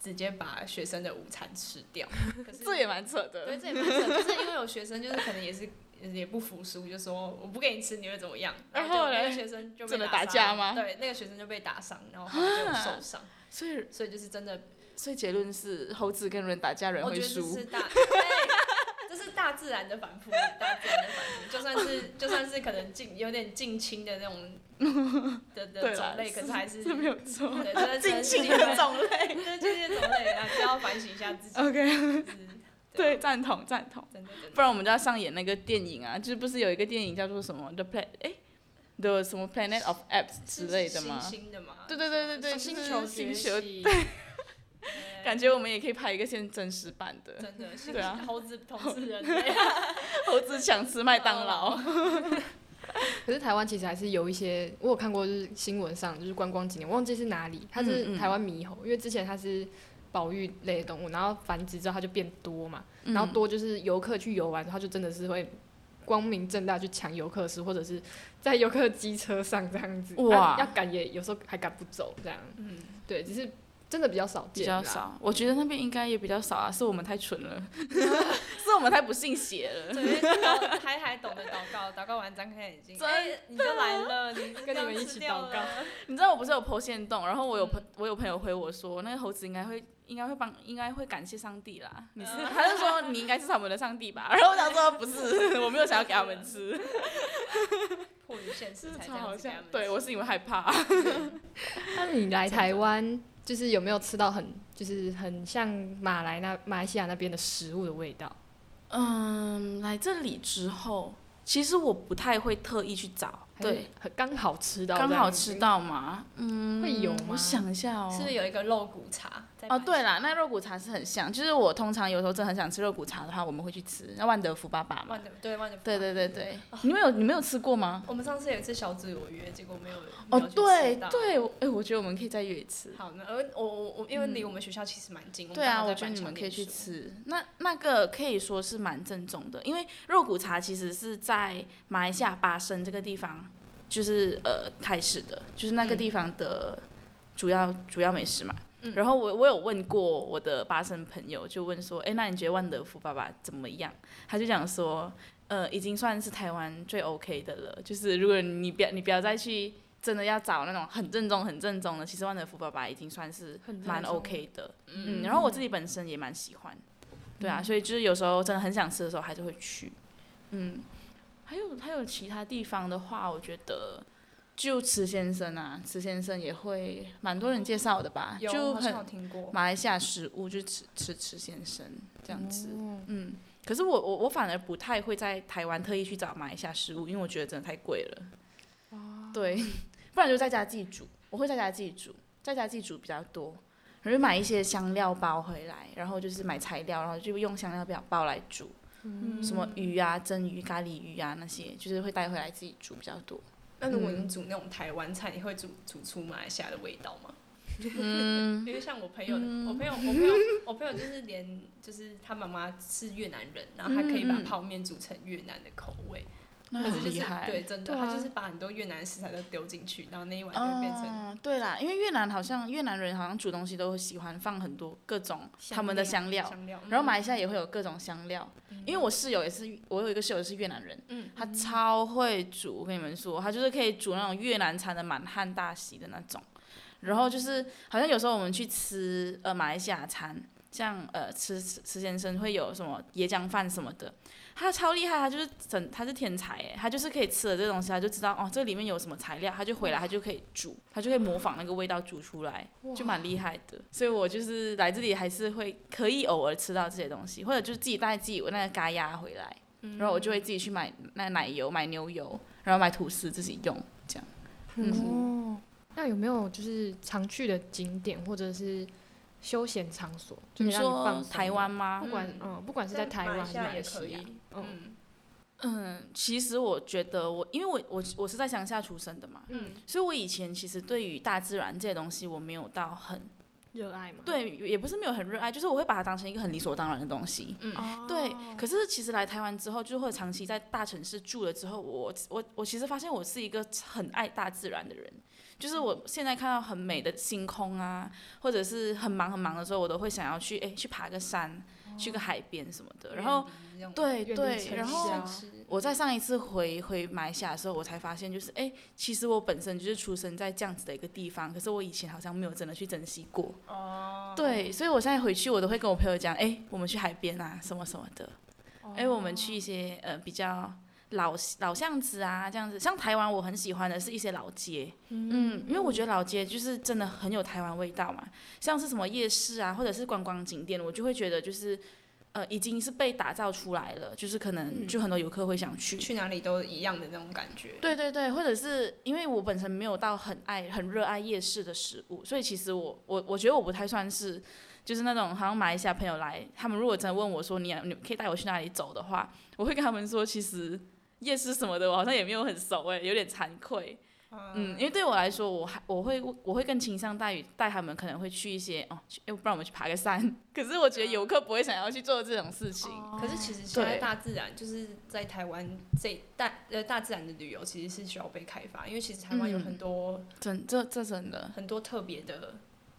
[SPEAKER 4] 直接把学生的午餐吃掉，可是
[SPEAKER 3] 这也蛮扯
[SPEAKER 4] 对，
[SPEAKER 3] 的。
[SPEAKER 4] 这也蛮扯，就是因为有学生就是可能也是也不服输，就说我不给你吃，你会怎么样？
[SPEAKER 3] 然
[SPEAKER 4] 后
[SPEAKER 3] 后
[SPEAKER 4] 就哎那个
[SPEAKER 3] 嘞
[SPEAKER 4] 学生就被
[SPEAKER 3] 真的
[SPEAKER 4] 打
[SPEAKER 3] 打架
[SPEAKER 4] 伤
[SPEAKER 3] 吗
[SPEAKER 4] 对，那个学生就被打伤，然后他就有受伤，
[SPEAKER 3] 所以，
[SPEAKER 4] 所以就是真的，
[SPEAKER 3] 所以结论是猴子跟人打架，人
[SPEAKER 4] 我觉
[SPEAKER 3] 会
[SPEAKER 4] 得这
[SPEAKER 3] 输
[SPEAKER 4] 是。 大，对这是大自然的反扑，大自然的反扑，就算是就算是可能近有点近亲的那种的 的
[SPEAKER 3] 对啦
[SPEAKER 4] 种类，可是还是
[SPEAKER 3] 这 没有错，
[SPEAKER 4] 对，真的
[SPEAKER 3] 近亲
[SPEAKER 4] 的
[SPEAKER 3] 的，种 类。
[SPEAKER 4] 对，近亲的种类啊，不要反省一下自己，
[SPEAKER 3] OK，
[SPEAKER 4] 就是
[SPEAKER 3] 嗯
[SPEAKER 4] 啊
[SPEAKER 3] 对，，赞同赞同。
[SPEAKER 4] 真的真
[SPEAKER 3] 不
[SPEAKER 4] 的，
[SPEAKER 3] 然我们就要上演那个电影啊，就是不是有一个电影叫做什么 The Planet 哎 The 什么 Planet of Apes 之类的吗？
[SPEAKER 4] 新的嘛，
[SPEAKER 3] 对对对对对，
[SPEAKER 5] 哦
[SPEAKER 3] 就是
[SPEAKER 5] 星球
[SPEAKER 3] 星
[SPEAKER 5] 崛
[SPEAKER 3] 球，
[SPEAKER 5] 起，
[SPEAKER 4] 对
[SPEAKER 3] 感觉我们也可以拍一个现真实版的，
[SPEAKER 4] 真的是
[SPEAKER 3] 对啊
[SPEAKER 4] 猴子统治人类， 啊
[SPEAKER 3] 猴子想吃麦当 劳。
[SPEAKER 4] 哦
[SPEAKER 5] 可是台湾其实还是有一些，我有看过，就是新闻上就是观光景点，忘记是哪里，它
[SPEAKER 3] 嗯嗯
[SPEAKER 5] 是台湾猕猴，因为之前它是保育类的动物，然后繁殖之后它就变多嘛，
[SPEAKER 3] 嗯
[SPEAKER 5] 然后多就是游客去游玩，它就真的是会光明正大去抢游客食，或者是在游客机车上这样子，
[SPEAKER 3] 哇
[SPEAKER 5] 啊要赶也有时候还赶不走这样，
[SPEAKER 4] 嗯，
[SPEAKER 5] 对，只是真的比较少
[SPEAKER 3] 比
[SPEAKER 5] 见，
[SPEAKER 3] 较。少，我觉得那边应该也比较少啊，是我们太蠢 了，是我们太不信邪了。
[SPEAKER 4] 对，因为祷还还懂得祷告，祷告完张开眼睛，
[SPEAKER 3] 真
[SPEAKER 4] 哎，你就来了，你
[SPEAKER 5] 跟你们一起祷告
[SPEAKER 3] 你知道我不是有剖线洞，然后我有朋、我有朋友回我说，那个猴子应该会应该会帮应该会感谢上帝啦。你是、他就说你应该是他们的上帝吧？然后我想说不 是，我没有想要给他们 吃，
[SPEAKER 4] 迫于现实才这
[SPEAKER 3] 超
[SPEAKER 4] 样
[SPEAKER 3] 好
[SPEAKER 4] 子给
[SPEAKER 3] 笑
[SPEAKER 4] 他们。
[SPEAKER 3] 对，我是因为害怕。
[SPEAKER 5] 那你来台湾，就是有没有吃到很就是很像马来那马来西亚那边的食物的味道？
[SPEAKER 3] 嗯，来这里之后，其实我不太会特意去找，
[SPEAKER 5] 还是
[SPEAKER 3] 对，
[SPEAKER 5] 很，刚好吃到，
[SPEAKER 3] 刚好吃，到嘛，嗯，
[SPEAKER 5] 会有吗
[SPEAKER 3] 我想一下哦，
[SPEAKER 4] 是不是有一个肉骨茶？
[SPEAKER 3] 哦，对，啦，那肉骨茶是很像，就是我通常有时候真的很想吃肉骨茶的话，我们会去吃那万德福爸爸嘛
[SPEAKER 4] 万。德对万德，
[SPEAKER 3] 对对。对对，你们有你们有吃过吗？
[SPEAKER 4] 我们上次有一次小组有约，结果没有
[SPEAKER 3] 哦，
[SPEAKER 4] 没有
[SPEAKER 3] 对
[SPEAKER 4] 去吃到
[SPEAKER 3] 对，我哎，我觉得我们可以再约一次。
[SPEAKER 4] 好，那而我我我因为离我们学校其实蛮近，
[SPEAKER 3] 对
[SPEAKER 4] 刚
[SPEAKER 3] 啊，
[SPEAKER 4] 好
[SPEAKER 3] 我
[SPEAKER 4] 在
[SPEAKER 3] 觉得
[SPEAKER 4] 板
[SPEAKER 3] 你
[SPEAKER 4] 桥
[SPEAKER 3] 们可以
[SPEAKER 4] 念
[SPEAKER 3] 去
[SPEAKER 4] 书，
[SPEAKER 3] 吃。那那个可以说是蛮正宗的，因为肉骨茶其实是在马来西亚巴生这个地方，嗯就是呃开始的，就是那个地方的主要、主要美食嘛。
[SPEAKER 4] 嗯
[SPEAKER 3] 然后我我有问过我的巴生朋友，就问说，哎，那你觉得万德福爸爸怎么样？他就讲说，呃，已经算是台湾最 OK 的了，就是如果你不要你不要再去真的要找那种很正宗很正宗的，其实万德福爸爸已经算是
[SPEAKER 5] 很正
[SPEAKER 3] 蛮
[SPEAKER 5] 宗
[SPEAKER 3] OK 的，嗯，然后我自己本身也蛮喜欢，对
[SPEAKER 4] 嗯
[SPEAKER 3] 啊，所以就是有时候真的很想吃的时候还是会去，嗯，还有还有其他地方的话，我觉得就池先生啊，池先生也会蛮多人介绍的吧，
[SPEAKER 4] 有
[SPEAKER 3] 就
[SPEAKER 4] 好像有
[SPEAKER 3] 很
[SPEAKER 4] 听过，
[SPEAKER 3] 马来西亚食物就吃吃池先生这样子，
[SPEAKER 5] 哦
[SPEAKER 3] 嗯，可是我我我反而不太会在台湾特意去找马来西亚食物，因为我觉得真的太贵了，对，不然就在家自己煮，我会在家自己煮，在家自己煮比较多。我就买一些香料包回来，然后就是买材料，然后就用香料包包来煮，
[SPEAKER 5] 嗯
[SPEAKER 3] 什么鱼啊、蒸鱼、咖喱鱼啊那些，就是会带回来自己煮比较多。
[SPEAKER 4] 那如果你煮那种台湾菜，你会煮煮出马来西亚的味道吗？
[SPEAKER 3] 嗯
[SPEAKER 4] 因为像我朋友的，我朋友，我朋友，我朋友就是连就是他妈妈是越南人，然后他可以把
[SPEAKER 3] 嗯嗯
[SPEAKER 4] 泡面煮成越南的口味，
[SPEAKER 3] 那
[SPEAKER 4] 可是就
[SPEAKER 3] 很
[SPEAKER 4] 是
[SPEAKER 3] 厉害。
[SPEAKER 4] 对，真的，
[SPEAKER 5] 对啊
[SPEAKER 4] 他就是把很多越南食材都丢进去，然后那一碗就会变成
[SPEAKER 3] 哦，对啦，因为越南好像越南人好像煮东西都喜欢放很多各种他们的香料，
[SPEAKER 4] 香料，嗯
[SPEAKER 3] 然后马来西亚也会有各种香料。因为我室友也是，我有一个室友是越南人，他超会煮，我跟你们说，他就是可以煮那种越南餐的满汉大喜的那种。然后就是好像有时候我们去吃呃马来西亚餐，像呃吃吃吃先生会有什么椰浆饭什么的，他超厉害，他就是整他是天才哎，他就是可以吃了这东西，他就知道哦这里面有什么材料，他就回来他就可以煮，他就可以模仿那个味道煮出来，就蛮厉害的。所以我就是来这里还是会可以偶尔吃到这些东西，或者就是自己带自己那个咖鸭回来，然后我就会自己去买那奶油、买牛油，然后买吐司自己用这样。嗯
[SPEAKER 5] 哦，那有没有就是常去的景点或者是休闲场所？就
[SPEAKER 3] 你
[SPEAKER 5] 是让你放松
[SPEAKER 3] 说
[SPEAKER 5] 的
[SPEAKER 3] 台湾，吗？
[SPEAKER 5] 不管
[SPEAKER 4] 嗯
[SPEAKER 5] 嗯，不管是在台湾还是马
[SPEAKER 4] 亚
[SPEAKER 5] 来
[SPEAKER 4] 也
[SPEAKER 5] 西
[SPEAKER 4] 可
[SPEAKER 5] 亚
[SPEAKER 4] 以，，
[SPEAKER 3] 哦
[SPEAKER 5] 嗯，
[SPEAKER 4] 嗯
[SPEAKER 3] 嗯，其实我觉得我，因为我我我是在乡下出生的嘛，
[SPEAKER 4] 嗯，
[SPEAKER 3] 所以我以前其实对于大自然这些东西我没有到很
[SPEAKER 5] 热爱嘛，
[SPEAKER 3] 对，也不是没有很热爱，就是我会把它当成一个很理所当然的东西。
[SPEAKER 5] 哦，
[SPEAKER 3] 对，可是其实来台湾之后，就或者长期在大城市住了之后，我我我其实发现我是一个很爱大自然的人，就是我现在看到很美的星空啊，或者是很忙很忙的时候，我都会想要去哎去爬个山，去个海边什么的。然后对
[SPEAKER 5] 远离城
[SPEAKER 3] 对，
[SPEAKER 5] 市
[SPEAKER 3] 然后
[SPEAKER 5] 啊
[SPEAKER 3] 我在上一次回回马来西亚的时候，我才发现，就是哎、诶其实我本身就是出生在这样子的一个地方，可是我以前好像没有真的去珍惜过。哦。对，所以我现在回去，我都会跟我朋友讲，哎、我们去海边啊，什么什么的。哎、我们去一些呃比较老老巷子啊，这样子。像台湾，我很喜欢的是一些老街，嗯，因为我觉得老街就是真的很有台湾味道嘛。像是什么夜市啊，或者是观光景点，我就会觉得就是。呃，已经是被打造出来了，就是可能就很多游客会想去，
[SPEAKER 4] 去哪里都一样的那种感觉，
[SPEAKER 3] 对对对，或者是因为我本身没有到很爱、很热爱夜市的食物，所以其实我我我觉得我不太算是，就是那种好像马来西亚朋友来，他们如果真的问我说你你可以带我去哪里走的话，我会跟他们说其实夜市什么的我好像也没有很熟哎、有点惭愧。嗯，因为对我来说，我还我会我会更倾向带于带他们可能会去一些哦，去要不然我们去爬个山。 可是我觉得游客不会想要去做这种事情。
[SPEAKER 4] 可是其实现在
[SPEAKER 3] 对
[SPEAKER 4] 大自然就是在台湾这大呃大自然的旅游其实是需要被开发，因为其实台湾有
[SPEAKER 3] 嗯
[SPEAKER 4] 很多、
[SPEAKER 3] 真这这真的，
[SPEAKER 4] 很多特别的，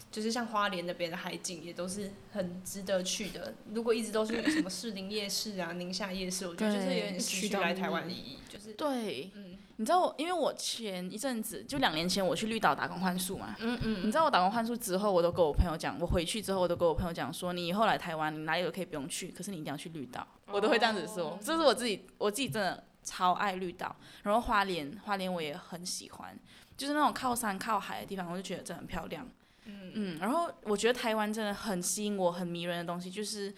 [SPEAKER 4] 就是像花莲那边的海景也都是很值得去的。如果一直都是什么士林夜市啊、宁夏夜市，我觉得就是有点失去来台湾的意义，就是
[SPEAKER 3] 对，
[SPEAKER 4] 嗯
[SPEAKER 3] 你知道我，因为我前一阵子就两年前我去绿岛打工换宿嘛，
[SPEAKER 4] 嗯嗯，
[SPEAKER 3] 你知道我打工换宿之后，我都跟我朋友讲，我回去之后我都跟我朋友讲说，你以后来台湾，你哪里都可以不用去，可是你一定要去绿岛，我都会这样子说，这是我自己，我自己真的超爱绿岛，然后花莲，花莲我也很喜欢，就是那种靠山靠海的地方，我就觉得真的很漂亮，嗯然后我觉得台湾真的很吸引我，很迷人的东西就是。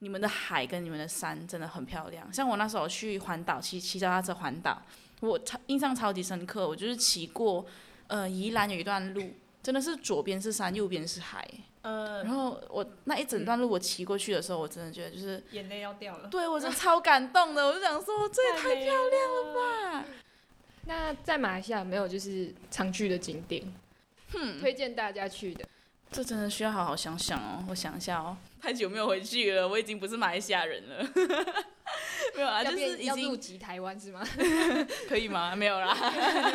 [SPEAKER 3] 你们的海跟你们的山真的很漂亮，像我那时候去环岛骑骑脚踏车环岛，我超印象超级深刻，我就是骑过，呃，宜兰有一段路，真的是左边是山，右边是海。
[SPEAKER 4] 呃
[SPEAKER 3] 然后我那一整段路我骑过去的时候，我真的觉得就是，
[SPEAKER 4] 眼泪要掉了，
[SPEAKER 3] 对我真的超感动的。我就想说，这也太
[SPEAKER 4] 哦漂亮了吧！
[SPEAKER 3] 大。
[SPEAKER 5] 那在马来西亚有没有就是常去的景点，推荐大家去的？
[SPEAKER 3] 这真的需要好好想想哦。我想一下哦，太久没有回去了，我已经不是马来西亚人了。 没有啦，
[SPEAKER 5] 要
[SPEAKER 3] 就是
[SPEAKER 5] 变
[SPEAKER 3] 已
[SPEAKER 5] 要
[SPEAKER 3] 经
[SPEAKER 5] 入籍台湾是吗？
[SPEAKER 3] 可 以吗？没有啦，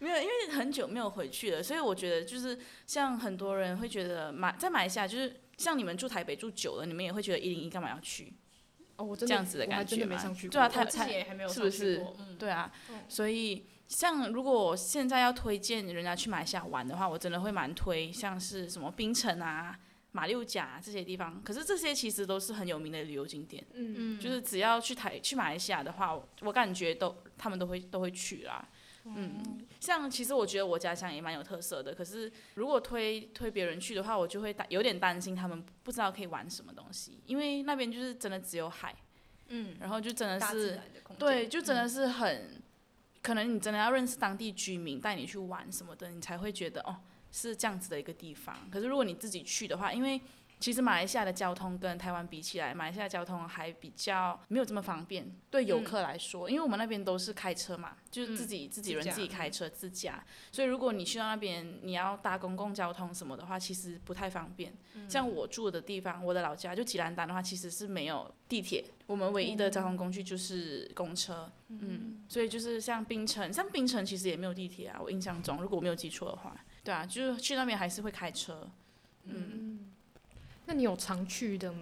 [SPEAKER 3] 没有，因为很久没有回去了，所以我觉得就是像很多人会觉得马在马来西亚，就是像你们住台北住久了，你们也会觉得一零一干嘛要去？
[SPEAKER 5] 哦，我真的
[SPEAKER 3] 这样子的
[SPEAKER 5] 我还
[SPEAKER 3] 感
[SPEAKER 5] 真
[SPEAKER 3] 觉
[SPEAKER 5] 的没
[SPEAKER 3] 吗
[SPEAKER 5] 上去过。
[SPEAKER 3] 对啊
[SPEAKER 4] 他
[SPEAKER 3] 太
[SPEAKER 4] 自己也还没有
[SPEAKER 3] 是
[SPEAKER 4] 上
[SPEAKER 3] 不
[SPEAKER 4] 去
[SPEAKER 3] 是
[SPEAKER 4] 过嗯，
[SPEAKER 3] 对啊，
[SPEAKER 5] 嗯
[SPEAKER 3] 所以像如果现在要推荐人家去马来西亚玩的话，我真的会蛮推像是什么槟城啊、马六甲、啊、这些地方。可是这些其实都是很有名的旅游景点，
[SPEAKER 5] 嗯，
[SPEAKER 4] 嗯，
[SPEAKER 3] 就是只要去台去马来西亚的话，我我感觉都他们都会都会去啦。嗯，像其实我觉得我家乡也蛮有特色的，可是如果推推别人去的话，我就会担有点担心他们不知道可以玩什么东西，因为那边就是真的只有海，
[SPEAKER 4] 嗯，
[SPEAKER 3] 然后就真的
[SPEAKER 4] 大
[SPEAKER 3] 是
[SPEAKER 4] 自然的空间，
[SPEAKER 3] 对，就真的是很，可能你真的要认识当地居民，带你去玩什么的，你才会觉得哦是这样子的一个地方。可是如果你自己去的话，因为其实马来西亚的交通跟台湾比起来，马来西亚交通还比较没有这么方便，对游客来说，因为我们那边都是开车嘛，就是自己、自己人
[SPEAKER 4] 自驾
[SPEAKER 3] 自己开车自驾，所以如果你去到那边你要搭公共交通什么的话，其实不太方便。像我住的地方，我的老家就吉兰丹的话，其实是没有地铁，我们唯一的交通工具就是公车。嗯，所以就是像槟城，像槟城其实也没有地铁啊，我印象中，如果我没有记错的话，对啊，就是去那边还是会开车。嗯，
[SPEAKER 5] 那你有常去的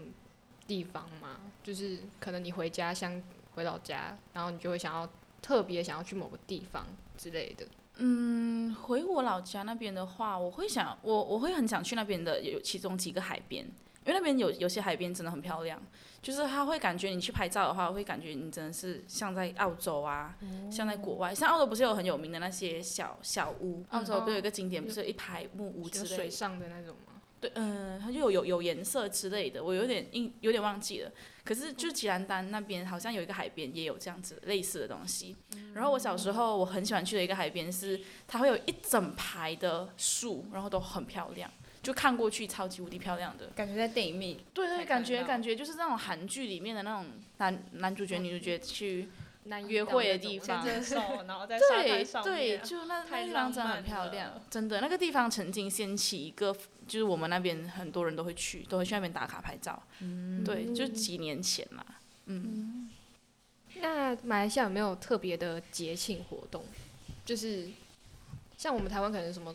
[SPEAKER 5] 地方吗？就是可能你回家乡、回老家，然后你就会想要特别想要去某个地方之类的。
[SPEAKER 3] 嗯，回我老家那边的话，我会想，我我会很想去那边的有其中几个海边，因为那边有有些海边真的很漂亮，就是它会感觉你去拍照的话，会感觉你真的是像在澳洲啊，像在国外，像澳洲不是有很有名的那些小小屋，澳洲不是有一个景点，不嗯是有一排木屋之
[SPEAKER 5] 就
[SPEAKER 3] 类的，
[SPEAKER 5] 水上的那种吗？
[SPEAKER 3] 对，嗯、它就有有有颜色之类的，我有点印有点忘记了。可是就吉兰丹那边好像有一个海边也有这样子类似的东西。然后我小时候我很喜欢去的一个海边是，它会有一整排的树，然后都很漂亮，就看过去超级无敌漂亮的。
[SPEAKER 4] 感觉在电影里，
[SPEAKER 3] 对
[SPEAKER 4] 才
[SPEAKER 3] 对，
[SPEAKER 4] 看
[SPEAKER 3] 感觉
[SPEAKER 4] 到
[SPEAKER 3] 感觉就是那种韩剧里面的那种男男主角女主角去
[SPEAKER 5] 南
[SPEAKER 3] 约会的地
[SPEAKER 5] 啊
[SPEAKER 3] 方
[SPEAKER 4] 牵着手，然后在沙
[SPEAKER 3] 对
[SPEAKER 4] 滩上
[SPEAKER 3] 对，
[SPEAKER 4] 面，啊
[SPEAKER 3] 就那那
[SPEAKER 4] 太
[SPEAKER 3] 地方
[SPEAKER 4] 浪
[SPEAKER 3] 真的
[SPEAKER 4] 漫
[SPEAKER 3] 很漂亮
[SPEAKER 4] 了，
[SPEAKER 3] 真的那个地方曾经掀起一个，就是我们那边很多人都会去，都会去那边打卡拍照。嗯，对，就几年前嘛。嗯，
[SPEAKER 5] 那马来西亚有没有特别的节庆活动？就是像我们台湾可能什么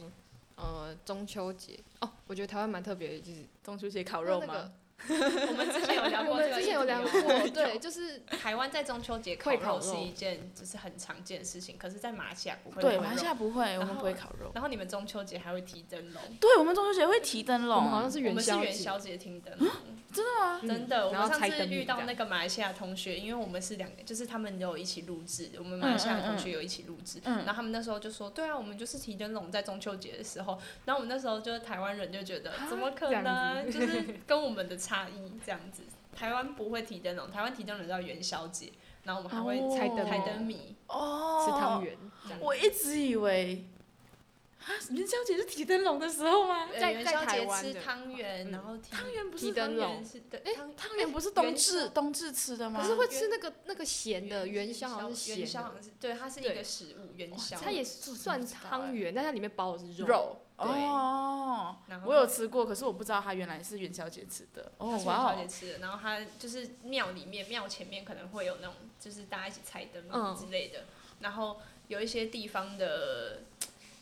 [SPEAKER 5] 呃中秋节哦，我觉得台湾蛮特别的，就是
[SPEAKER 3] 中秋节烤
[SPEAKER 5] 那
[SPEAKER 3] 肉
[SPEAKER 5] 那个
[SPEAKER 3] 吗？
[SPEAKER 4] 我们 之前有聊
[SPEAKER 5] 我
[SPEAKER 4] 过，
[SPEAKER 5] 们之前有聊过， 对，就是
[SPEAKER 4] 哦台湾在中秋节烤
[SPEAKER 5] 会烤
[SPEAKER 4] 肉
[SPEAKER 5] 肉
[SPEAKER 4] 是一件就是很常见的事情，可是，在马来西亚不会
[SPEAKER 3] 对，
[SPEAKER 4] 烤
[SPEAKER 3] 马来西
[SPEAKER 4] 肉
[SPEAKER 3] 亚不会，我
[SPEAKER 4] 然
[SPEAKER 3] 们不会
[SPEAKER 4] 后
[SPEAKER 3] 烤肉。
[SPEAKER 4] 然后你们中秋节还会提灯笼，
[SPEAKER 3] 对，我们中秋节会提灯
[SPEAKER 5] 我们好
[SPEAKER 3] 笼
[SPEAKER 5] 像，是
[SPEAKER 4] 哦我
[SPEAKER 5] 元
[SPEAKER 4] 们是
[SPEAKER 5] 宵
[SPEAKER 4] 元
[SPEAKER 5] 节，
[SPEAKER 4] 宵节听灯笼，
[SPEAKER 5] 嗯
[SPEAKER 4] 真的。我
[SPEAKER 5] 然
[SPEAKER 4] 们
[SPEAKER 5] 后
[SPEAKER 4] 上
[SPEAKER 5] 猜
[SPEAKER 4] 次
[SPEAKER 5] 灯
[SPEAKER 4] 遇
[SPEAKER 5] 谜这
[SPEAKER 4] 到
[SPEAKER 5] 样
[SPEAKER 4] 那个马来西亚同学，因为我们是两个，就是他们有一起录制，我们马来西亚同学有一起录制，
[SPEAKER 3] 嗯嗯嗯
[SPEAKER 4] 然后他们那时候就说，对啊，我们就是提灯笼在中秋节的时候，然后我们那时候就是台湾人就觉得怎么可
[SPEAKER 5] 这样
[SPEAKER 4] 能，就是跟我们的差异这样子。台湾不会提灯笼，台湾提灯笼叫元宵节，然后我们还会
[SPEAKER 3] 哦
[SPEAKER 5] 猜灯
[SPEAKER 4] 猜
[SPEAKER 5] 笼
[SPEAKER 4] 灯谜，
[SPEAKER 3] 哦
[SPEAKER 5] 吃汤。圆，这样
[SPEAKER 3] 我一直以为啊，元宵节是提灯笼的时候吗？
[SPEAKER 5] 呃
[SPEAKER 4] 在
[SPEAKER 5] 元
[SPEAKER 4] 在
[SPEAKER 5] 宵
[SPEAKER 4] 台
[SPEAKER 5] 节
[SPEAKER 4] 湾
[SPEAKER 5] 吃
[SPEAKER 4] 的
[SPEAKER 5] 汤圆
[SPEAKER 4] 嗯
[SPEAKER 5] 然
[SPEAKER 4] 后汤
[SPEAKER 3] 汤圆哎不
[SPEAKER 5] 提
[SPEAKER 3] 是
[SPEAKER 5] 灯笼
[SPEAKER 4] 是对，汤
[SPEAKER 3] 汤圆不是冬
[SPEAKER 4] 元
[SPEAKER 3] 至
[SPEAKER 4] 宵
[SPEAKER 3] 冬至吃的吗
[SPEAKER 5] 可？是会吃那个那个咸的元宵，好像是
[SPEAKER 4] 元
[SPEAKER 5] 咸
[SPEAKER 4] 宵好
[SPEAKER 5] 的，
[SPEAKER 4] 像是对，它是一
[SPEAKER 5] 对
[SPEAKER 4] 个食物元宵，
[SPEAKER 5] 它也算汤圆，但它里面包的是肉。
[SPEAKER 3] 肉
[SPEAKER 5] 对
[SPEAKER 3] 哦。
[SPEAKER 4] 然后
[SPEAKER 3] 我有吃过，可是我不知道它原来是元宵节吃的。
[SPEAKER 4] 它
[SPEAKER 3] 哦
[SPEAKER 4] 是元
[SPEAKER 3] 哇
[SPEAKER 4] 宵节
[SPEAKER 3] 哦！
[SPEAKER 4] 吃的，然后它就是庙里面庙前面可能会有那种就是大家一起猜灯
[SPEAKER 5] 嗯
[SPEAKER 4] 笼之类的，然后有一些地方的，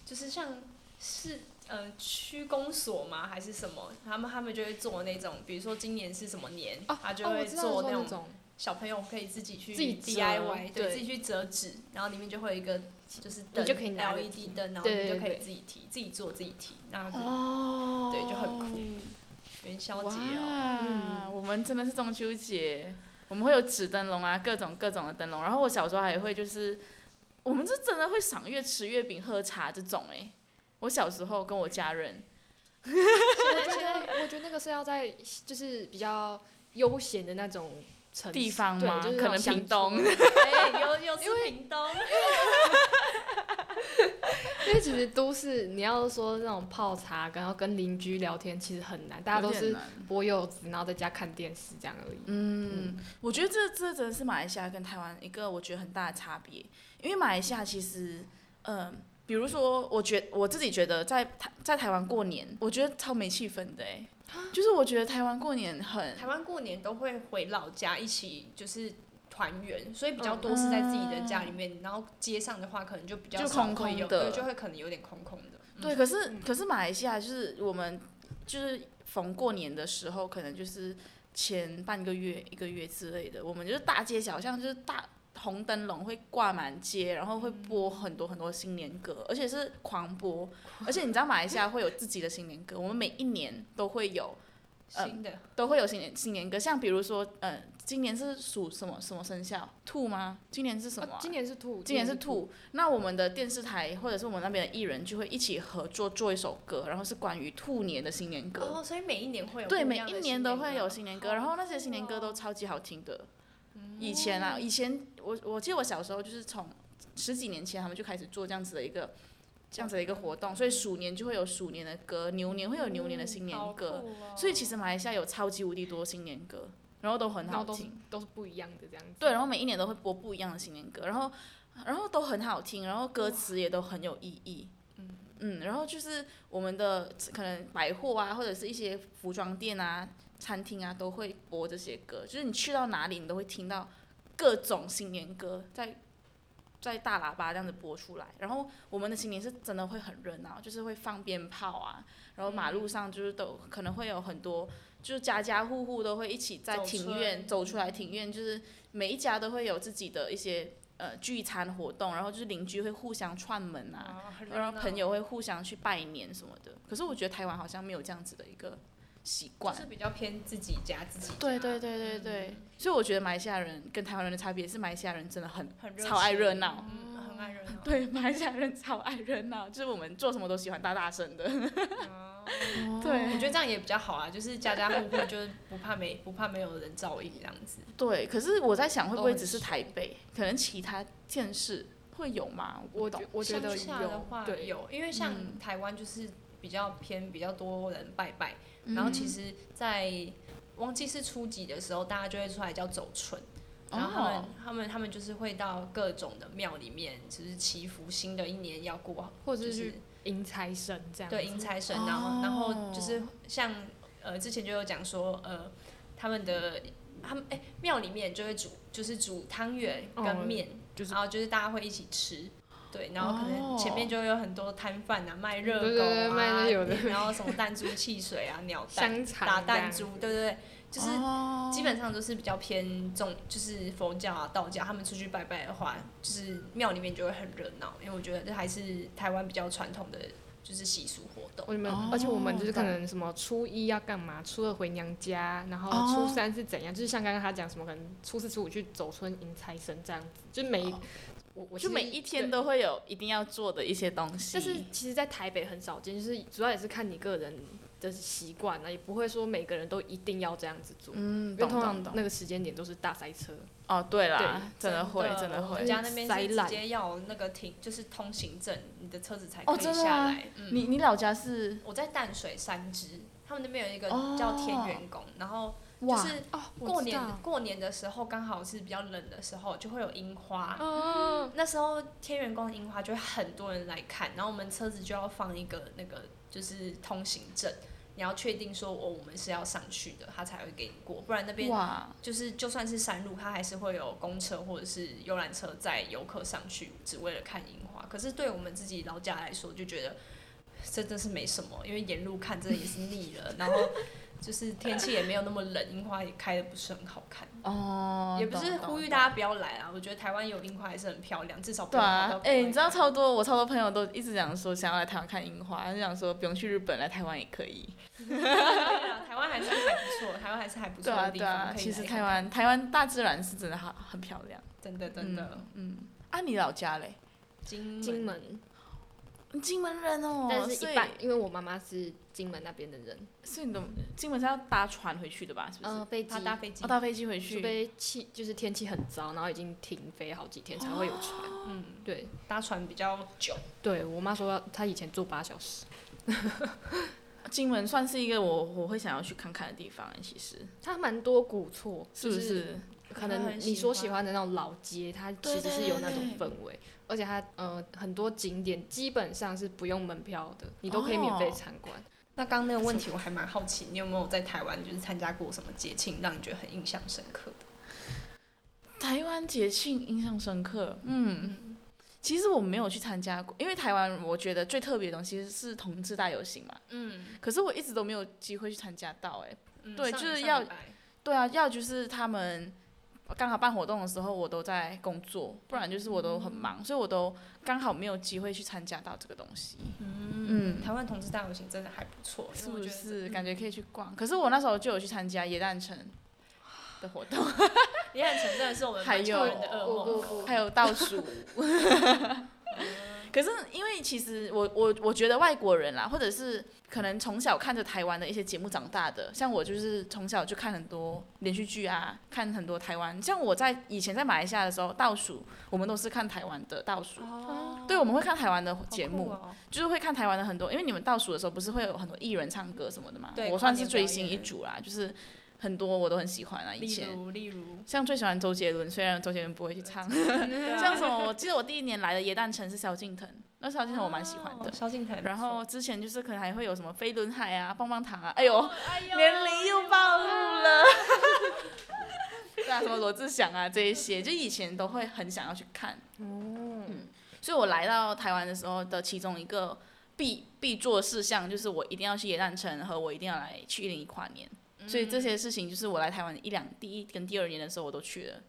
[SPEAKER 4] 就是像是。呃，区公所吗？还是什么？他们他们就会做那种，比如说今年是什么年，
[SPEAKER 5] 哦
[SPEAKER 4] 他就
[SPEAKER 5] 哦，
[SPEAKER 4] 会
[SPEAKER 5] 我知道你说
[SPEAKER 4] 做那
[SPEAKER 5] 那
[SPEAKER 4] 种
[SPEAKER 5] 种，
[SPEAKER 4] 小朋友可以自己去
[SPEAKER 5] 自己折
[SPEAKER 4] DIY，
[SPEAKER 5] 对
[SPEAKER 4] 对，自己去折纸，然后里面就会有一个就是
[SPEAKER 5] 你
[SPEAKER 4] 灯
[SPEAKER 5] 就可以拿着
[SPEAKER 4] LED 灯，然后
[SPEAKER 5] 对
[SPEAKER 4] 你就
[SPEAKER 5] 对
[SPEAKER 4] 可以
[SPEAKER 5] 对
[SPEAKER 4] 自己提，自己做自己提，然后就
[SPEAKER 3] 哦
[SPEAKER 4] 嗯对就很酷元宵节哦，
[SPEAKER 3] 哇，我们真的是中秋节，我们会有纸灯笼啊，各种各种的灯笼。然后我小时候还会就是，我们是真的会赏月、吃月饼、喝茶这种哎、我小时候跟我家人，
[SPEAKER 5] 我觉得 我觉得那个是要在就是比较悠闲的那种城市
[SPEAKER 3] 地方
[SPEAKER 5] 对
[SPEAKER 3] 吗
[SPEAKER 5] 就是那
[SPEAKER 3] 可
[SPEAKER 5] 种
[SPEAKER 3] 能
[SPEAKER 5] 乡
[SPEAKER 3] 屏
[SPEAKER 5] 村
[SPEAKER 3] 东
[SPEAKER 4] 哎，又又是屏东，
[SPEAKER 5] 因为其实都市你要说那种泡茶，然后跟邻居聊天，其实很难，大家都
[SPEAKER 3] 有点
[SPEAKER 5] 是
[SPEAKER 3] 难
[SPEAKER 5] 剥柚子，然后在家看电视这样而已。
[SPEAKER 3] 嗯，我觉得这这真的是马来西亚跟台湾一个我觉得很大的差别，因为马来西亚其实，嗯、比如说，我觉我自己觉得在台在台湾过年，我觉得超没气氛的哎，就是我觉得台湾过年很
[SPEAKER 4] 台湾过年都会回老家一起就是。团圆，所以比较多是在自己的家里面，然后街上的话可能就比较
[SPEAKER 3] 就
[SPEAKER 4] 少
[SPEAKER 3] 空
[SPEAKER 4] 会
[SPEAKER 3] 空
[SPEAKER 4] 有，
[SPEAKER 3] 的
[SPEAKER 4] 对，就会可能有点空空的。嗯
[SPEAKER 3] 对，可是可是马来西亚就是我们就是逢过年的时候，可能就是前半个月、一个月之类的，我们就是大街小巷就是大红灯笼会挂满街，然后会播很多很多新年歌，而且是狂播，而且你知道马来西亚会有自己的新年歌，我们每一年都会有。呃
[SPEAKER 4] 新的
[SPEAKER 3] 都会有新年新年歌，像比如说，呃，今年是属什么什么生肖？兔吗？今年是什么啊、
[SPEAKER 5] 啊今年是兔，
[SPEAKER 3] 今年是，兔，那我们的电视台或者是我们那边的艺人就会一起合作做一首歌，然后是关于兔年的新年歌。
[SPEAKER 4] 哦，所以每一年会有
[SPEAKER 3] 对，
[SPEAKER 4] 不
[SPEAKER 3] 每
[SPEAKER 4] 样
[SPEAKER 3] 一
[SPEAKER 4] 的
[SPEAKER 3] 年嗯都会有
[SPEAKER 4] 新
[SPEAKER 3] 新年歌，
[SPEAKER 4] 好
[SPEAKER 3] 然后那
[SPEAKER 4] 酷
[SPEAKER 3] 些新年歌都
[SPEAKER 4] 哦
[SPEAKER 3] 超级好听的。以前啊，以前我我记得我小时候就是从十几年前他们就开始做这样子的一个这样子的一个活动，所以鼠年就会有鼠年的歌，牛年会有牛年的新年
[SPEAKER 4] 哦
[SPEAKER 3] 歌，所以其实马来西亚有超级无敌多新年歌，然后都很
[SPEAKER 5] 然后
[SPEAKER 3] 好
[SPEAKER 5] 都是
[SPEAKER 3] 听。
[SPEAKER 5] 都是不一样的这样子。
[SPEAKER 3] 对，然后每一年都会播不一样的新年歌，然后然后都很好听，然后歌词也都很有意义。嗯，然后就是我们的可能百货啊，或者是一些服装店啊、餐厅啊，都会播这些歌。就是你去到哪里，你都会听到各种新年歌在在大喇叭这样子播出来。然后我们的新年是真的会很热闹，就是会放鞭炮啊，然后马
[SPEAKER 4] 嗯
[SPEAKER 3] 路上就是都可能会有很多，就是家家户户都会一起在
[SPEAKER 4] 走
[SPEAKER 3] 庭
[SPEAKER 4] 村嗯
[SPEAKER 3] 院走出来，庭院就是每一家都会有自己的一些呃聚餐活动，然后就是邻居会互相串门啊，
[SPEAKER 4] 啊，很热
[SPEAKER 3] 然后
[SPEAKER 4] 闹
[SPEAKER 3] 朋友会互相去拜年什么的。可是我觉得台湾好像没有这样子的一个习惯
[SPEAKER 4] 就。是比较偏自己家自己家，
[SPEAKER 3] 对对对对对，所以我觉得马来西亚人跟台湾人的差别是，马来西亚人真的很
[SPEAKER 4] 很
[SPEAKER 3] 超爱
[SPEAKER 4] 情
[SPEAKER 3] 热闹
[SPEAKER 4] 嗯，很爱热闹。
[SPEAKER 3] 对，马来西亚人超爱热闹，就是我们做什么都喜欢大大声的。 对
[SPEAKER 4] 我觉得这样也比较好啊，就是家家户户就是不怕没 不怕没有人照应这样子。
[SPEAKER 3] 对，可是我在想，会不
[SPEAKER 4] 都
[SPEAKER 3] 会
[SPEAKER 4] 很
[SPEAKER 3] 只是台北，可能其他县市会有吗？
[SPEAKER 5] 我
[SPEAKER 3] 我不
[SPEAKER 5] 觉
[SPEAKER 3] 懂
[SPEAKER 5] 我觉得
[SPEAKER 4] 乡下的话
[SPEAKER 5] 对，
[SPEAKER 4] 有，因为像
[SPEAKER 3] 嗯
[SPEAKER 4] 台湾就是比较偏比较多人拜拜，
[SPEAKER 3] 嗯
[SPEAKER 4] 然后其实，在忘记是初几的时候，大家就会出来叫走春。然后他们、
[SPEAKER 3] 哦
[SPEAKER 4] 他们他们就是会到各种的庙里面，就是祈福新的一年要过，
[SPEAKER 5] 或者
[SPEAKER 4] 就是是
[SPEAKER 5] 去迎财神这样子。哦
[SPEAKER 4] 对迎财神，然后、然后就是像呃之前就有讲说呃他们的他们哎庙里面就会煮就是煮汤圆跟
[SPEAKER 5] 哦
[SPEAKER 4] 面，
[SPEAKER 5] 就是哦
[SPEAKER 4] 然后就是大家会一起吃。对，然后可能前面就会有很多摊贩啊，卖热狗啊，
[SPEAKER 5] 对对对卖那有的
[SPEAKER 4] 然 后什么弹珠汽水啊、鸟蛋、
[SPEAKER 5] 香肠
[SPEAKER 4] 打
[SPEAKER 5] 这样
[SPEAKER 4] 弹珠，对对对，就是
[SPEAKER 3] 哦
[SPEAKER 4] 基本上都是比较偏重，就是佛教啊、道教，他们出去拜拜的话，就是庙里面就会很热闹，因为我觉得这还是台湾比较传统的就是习俗活动。
[SPEAKER 5] 我们，而且我们就是可能什么初一要干嘛，初二回娘家，然后初三是怎样，就是像刚刚他讲什么，可能初四初五去走村迎财神这样子，就每一、我我其
[SPEAKER 3] 就
[SPEAKER 5] 实
[SPEAKER 3] 每一天
[SPEAKER 5] 对
[SPEAKER 3] 都会有一定要做的一些东西。
[SPEAKER 5] 但是其实，在台北很少见，就是主要也是看你个人的习惯啊，也不会说每个人都一定要这样子做，
[SPEAKER 3] 嗯，
[SPEAKER 5] 因为
[SPEAKER 3] 懂
[SPEAKER 5] 通
[SPEAKER 3] 懂
[SPEAKER 5] 常
[SPEAKER 3] 懂。
[SPEAKER 5] 那个时间点都是大塞车，
[SPEAKER 3] 哦，对啦，真的会，真
[SPEAKER 4] 真
[SPEAKER 3] 的
[SPEAKER 4] 我
[SPEAKER 3] 会
[SPEAKER 4] 们。家那边
[SPEAKER 5] 塞
[SPEAKER 4] 是直
[SPEAKER 5] 烂
[SPEAKER 4] 接要那个停，就是通行证，你的车子才
[SPEAKER 3] 哦
[SPEAKER 4] 可以
[SPEAKER 3] 真的
[SPEAKER 4] 下
[SPEAKER 3] 吗
[SPEAKER 4] 来。嗯，
[SPEAKER 3] 你你老家是
[SPEAKER 4] 我在淡水三支，他们那边有一个叫天元宫，然后
[SPEAKER 3] 哦
[SPEAKER 4] 就
[SPEAKER 3] 哇
[SPEAKER 4] 是
[SPEAKER 5] 哦，
[SPEAKER 4] 过年过年的时候刚好是比较冷的时候，就会有樱花。
[SPEAKER 5] 哦，
[SPEAKER 4] 那时候天元宫的樱花就会很多人来看，然后我们车子就要放一个那个就是通行证，你要确定说哦我们是要上去的，他才会给你过，不然那边
[SPEAKER 3] 哇，
[SPEAKER 4] 就是就算是山路，它还是会有公车或者是游览车载游客上去，只为了看樱花。可是对我们自己老家来说，就觉得这真是没什么，因为沿路看真的也是腻了，然后就是天气也没有那么冷，樱花也开的不是很好看。
[SPEAKER 3] 哦，
[SPEAKER 4] 也不是
[SPEAKER 3] 懂
[SPEAKER 4] 呼吁
[SPEAKER 3] 懂
[SPEAKER 4] 大家不要来啊，我觉得台湾有樱花还是很漂亮，至少不
[SPEAKER 3] 对
[SPEAKER 4] 要跑
[SPEAKER 3] 啊
[SPEAKER 4] 到，
[SPEAKER 3] 哎、
[SPEAKER 4] 国外
[SPEAKER 3] 你知道
[SPEAKER 4] 看
[SPEAKER 3] 超多，我超多朋友都一直讲说想要来台湾看樱花，就想说不用去日本，来台湾也可以。
[SPEAKER 4] 对啊台湾还是还不错，台湾还是还不
[SPEAKER 3] 对
[SPEAKER 4] 错
[SPEAKER 3] 啊，
[SPEAKER 4] 的地
[SPEAKER 3] 对
[SPEAKER 4] 方。
[SPEAKER 3] 啊，
[SPEAKER 4] 可以
[SPEAKER 3] 其实
[SPEAKER 4] 来
[SPEAKER 3] 台
[SPEAKER 4] 看看
[SPEAKER 3] 湾台湾大自然是真的好很漂亮，
[SPEAKER 4] 真的真的
[SPEAKER 3] 嗯，嗯啊，你老家嘞？
[SPEAKER 4] 金
[SPEAKER 5] 金
[SPEAKER 4] 门
[SPEAKER 5] 门，
[SPEAKER 3] 你金门人哦，
[SPEAKER 5] 但是
[SPEAKER 3] 所以
[SPEAKER 5] 一般，因为我妈妈是金门那边的人，
[SPEAKER 3] 所以你的金门是要搭船回去的吧？是不是？
[SPEAKER 5] 嗯、飞机
[SPEAKER 4] 他搭飞机
[SPEAKER 3] 哦，，搭飞机回
[SPEAKER 5] 除
[SPEAKER 3] 去。
[SPEAKER 5] 非气就是天气很糟，然后已经停飞好几天才会有船。
[SPEAKER 4] 嗯，
[SPEAKER 5] 对，
[SPEAKER 4] 搭船比较久。
[SPEAKER 5] 对我妈说她以前坐八小时，
[SPEAKER 3] 金门算是一个我我会想要去看看的地方，欸其实
[SPEAKER 5] 她蛮多古厝，
[SPEAKER 3] 是
[SPEAKER 5] 就
[SPEAKER 3] 不
[SPEAKER 5] 是？
[SPEAKER 3] 是？
[SPEAKER 5] 可
[SPEAKER 4] 她
[SPEAKER 5] 能
[SPEAKER 4] 很
[SPEAKER 5] 你
[SPEAKER 4] 喜
[SPEAKER 5] 所喜
[SPEAKER 4] 欢
[SPEAKER 5] 欢的那种老街，它
[SPEAKER 3] 对
[SPEAKER 5] 其实
[SPEAKER 3] 对
[SPEAKER 5] 是有那种
[SPEAKER 3] 对
[SPEAKER 5] 氛围，而且它呃很多景点基本上是不用门票的，你都可以免费
[SPEAKER 3] 哦
[SPEAKER 5] 参观。
[SPEAKER 4] 那刚刚那个问题我还蛮好奇，你有没有在台湾就是参加过什么节庆让你觉得很印象深刻的？
[SPEAKER 3] 台湾节庆印象深刻，嗯。其实我没有去参加过，因为台湾我觉得最特别的东西是同志大游行嘛，
[SPEAKER 4] 嗯，
[SPEAKER 3] 可是我一直都没有机会去参加到、哎，
[SPEAKER 4] 嗯
[SPEAKER 3] 对
[SPEAKER 4] 上
[SPEAKER 3] 就是
[SPEAKER 4] 上
[SPEAKER 3] 要
[SPEAKER 4] 礼拜
[SPEAKER 3] 对啊，要就是他们刚好办活动的时候，我都在工作，不然就是我都很忙，所以我都刚好没有机会去参加到这个东西。嗯，
[SPEAKER 4] 台湾同志大游行真的还不错，因
[SPEAKER 3] 是
[SPEAKER 4] 为我
[SPEAKER 3] 不
[SPEAKER 4] 觉得
[SPEAKER 3] 是感觉可以去逛？可是我那时候就有去参加野诞城的活动，
[SPEAKER 4] 李汉城真的是我们
[SPEAKER 3] 还
[SPEAKER 4] 蛮
[SPEAKER 3] 有
[SPEAKER 4] 多人的噩梦。
[SPEAKER 5] 我
[SPEAKER 3] 还有倒
[SPEAKER 5] 哦
[SPEAKER 3] 数。哦 可是因为其实我我我觉得外国人啦，或者是可能从小看着台湾的一些节目长大的，像我就是从小就看很多连续剧啊，看很多台湾。像我在以前在马来西亚的时候，倒数我们都是看台湾的倒数。
[SPEAKER 4] 哦
[SPEAKER 3] 对，我们会看台湾的
[SPEAKER 4] 好
[SPEAKER 3] 节
[SPEAKER 4] 酷
[SPEAKER 3] 目，
[SPEAKER 4] 哦
[SPEAKER 3] 就是会看台湾的很多，因为你们倒数的时候不是会有很多艺人唱歌什么的嘛？
[SPEAKER 4] 对
[SPEAKER 3] 我
[SPEAKER 4] 跨
[SPEAKER 3] 算
[SPEAKER 4] 年
[SPEAKER 3] 是追
[SPEAKER 4] 表
[SPEAKER 3] 星一
[SPEAKER 4] 演
[SPEAKER 3] 族啦，就是很多我都很喜欢啊。以
[SPEAKER 4] 例
[SPEAKER 3] 前
[SPEAKER 4] 如例如，
[SPEAKER 3] 像最喜欢周杰伦，虽然周杰伦不会去唱，像
[SPEAKER 4] 像
[SPEAKER 3] 什么，我记得我第一年来的耶诞城是萧敬腾，那萧敬腾我蛮喜欢的。
[SPEAKER 4] 萧敬腾，
[SPEAKER 3] 然后之前就是可能还会有什么飞轮海啊、棒棒糖啊，哎
[SPEAKER 4] 哦
[SPEAKER 3] 呦，年龄又
[SPEAKER 4] 爆，
[SPEAKER 3] 暴露了。 对啊，什么罗志祥啊这一些，就以前都会很想要去看。嗯，所以我来到台湾的时候的其中一个必必做事项就是我一定要去野诞城和我一定要来去一零一跨年。所以这些事情就是我来台湾一两第一跟第二年的时候我都去了，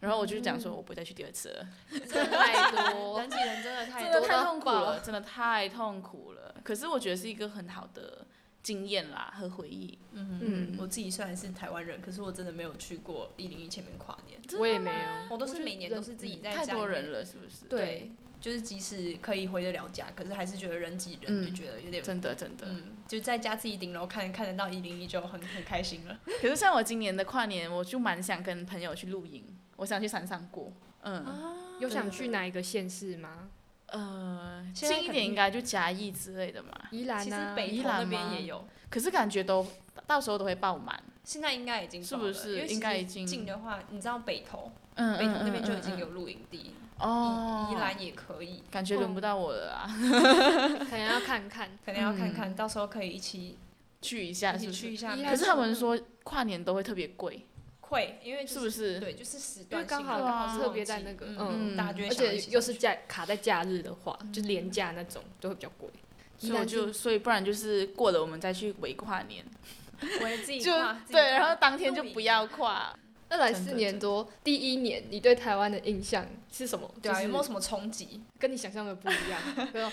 [SPEAKER 3] 然后我就讲说我不会再去第二次了。
[SPEAKER 5] 真的太多，
[SPEAKER 4] 人挤人真的太
[SPEAKER 3] 真的
[SPEAKER 4] 多
[SPEAKER 3] 太
[SPEAKER 5] 到
[SPEAKER 3] 痛苦
[SPEAKER 5] 爆
[SPEAKER 3] 了，真的太痛苦了。可是我觉得是一个很好的经验啦和回忆。
[SPEAKER 4] 嗯，我自己虽然是台湾人，可是我真的没有去过一零一前面跨年，
[SPEAKER 5] 我也没有，
[SPEAKER 4] 我都嗯是
[SPEAKER 5] 觉得
[SPEAKER 4] 每年
[SPEAKER 5] 人
[SPEAKER 4] 都是自己在
[SPEAKER 3] 太
[SPEAKER 4] 家
[SPEAKER 3] 多
[SPEAKER 4] 里面
[SPEAKER 3] 人了，是不是？
[SPEAKER 4] 对，就是即使可以回得了家，可是还是觉得人挤人，
[SPEAKER 3] 嗯
[SPEAKER 4] 就觉得有点。
[SPEAKER 3] 真的真的。
[SPEAKER 4] 嗯，就在家自己顶楼看看得到一零一就很很开心了。
[SPEAKER 3] 可是像我今年的跨年，我就蛮想跟朋友去露营，我想去山上过。
[SPEAKER 4] 啊
[SPEAKER 3] 嗯，
[SPEAKER 5] 有想去哪一个县市吗？
[SPEAKER 3] 呃，
[SPEAKER 4] 现在
[SPEAKER 3] 近一
[SPEAKER 4] 肯
[SPEAKER 3] 点
[SPEAKER 4] 定
[SPEAKER 3] 应该就嘉义之类的嘛。
[SPEAKER 5] 宜兰
[SPEAKER 4] 其实
[SPEAKER 5] 啊，
[SPEAKER 4] 北
[SPEAKER 3] 宜
[SPEAKER 4] 投
[SPEAKER 3] 兰
[SPEAKER 4] 那边
[SPEAKER 3] 吗
[SPEAKER 4] 也有，
[SPEAKER 3] 可是感觉都到时候都会爆满。
[SPEAKER 4] 现在应该已经
[SPEAKER 3] 是
[SPEAKER 4] 爆
[SPEAKER 3] 不
[SPEAKER 4] 了
[SPEAKER 3] 是
[SPEAKER 4] 因为其
[SPEAKER 3] 应该
[SPEAKER 4] 实
[SPEAKER 3] 已经
[SPEAKER 4] 近的话，你知道北投，
[SPEAKER 3] 嗯
[SPEAKER 4] 北投那边就已经
[SPEAKER 3] 嗯嗯
[SPEAKER 4] 有露营地，
[SPEAKER 3] 嗯哦
[SPEAKER 4] 宜，宜兰也可以，
[SPEAKER 3] 感觉
[SPEAKER 4] 哦
[SPEAKER 3] 轮不到我了 啊，
[SPEAKER 5] 可能要看看。
[SPEAKER 4] 可能要看看，
[SPEAKER 3] 嗯
[SPEAKER 4] 到时候可以一起
[SPEAKER 3] 去一下
[SPEAKER 4] 一
[SPEAKER 3] 是
[SPEAKER 4] 起
[SPEAKER 3] 不
[SPEAKER 4] 去
[SPEAKER 3] 是？
[SPEAKER 4] 一下
[SPEAKER 5] 宜
[SPEAKER 4] 北
[SPEAKER 5] 兰
[SPEAKER 4] 投。
[SPEAKER 3] 可是他们说跨年都会特别贵，
[SPEAKER 4] 会，因为就是
[SPEAKER 3] 不是？
[SPEAKER 4] 对，就是时
[SPEAKER 5] 因为
[SPEAKER 4] 段
[SPEAKER 5] 刚
[SPEAKER 4] 性的
[SPEAKER 5] 好
[SPEAKER 3] 对
[SPEAKER 5] 刚
[SPEAKER 3] 啊
[SPEAKER 5] 好特别在那个，嗯，
[SPEAKER 4] 嗯，大家就会
[SPEAKER 5] 而
[SPEAKER 4] 想要
[SPEAKER 5] 且
[SPEAKER 4] 一起
[SPEAKER 5] 又是
[SPEAKER 4] 上去
[SPEAKER 5] 假卡在假日的话，就廉价那种就会比较贵。
[SPEAKER 3] 所以我就，所以不然就是过了我们再去围跨年，
[SPEAKER 4] 我 自己
[SPEAKER 3] 就
[SPEAKER 4] 跨自己
[SPEAKER 3] 对，
[SPEAKER 4] 跨
[SPEAKER 3] 然后当天就不要跨。
[SPEAKER 5] 那来
[SPEAKER 3] 真的
[SPEAKER 5] 四年多，第一年你对台湾的印象是什么？
[SPEAKER 4] 对啊，
[SPEAKER 5] 就
[SPEAKER 4] 有
[SPEAKER 5] 是
[SPEAKER 4] 没有什么冲击？
[SPEAKER 5] 跟你想象的不一 样？对啊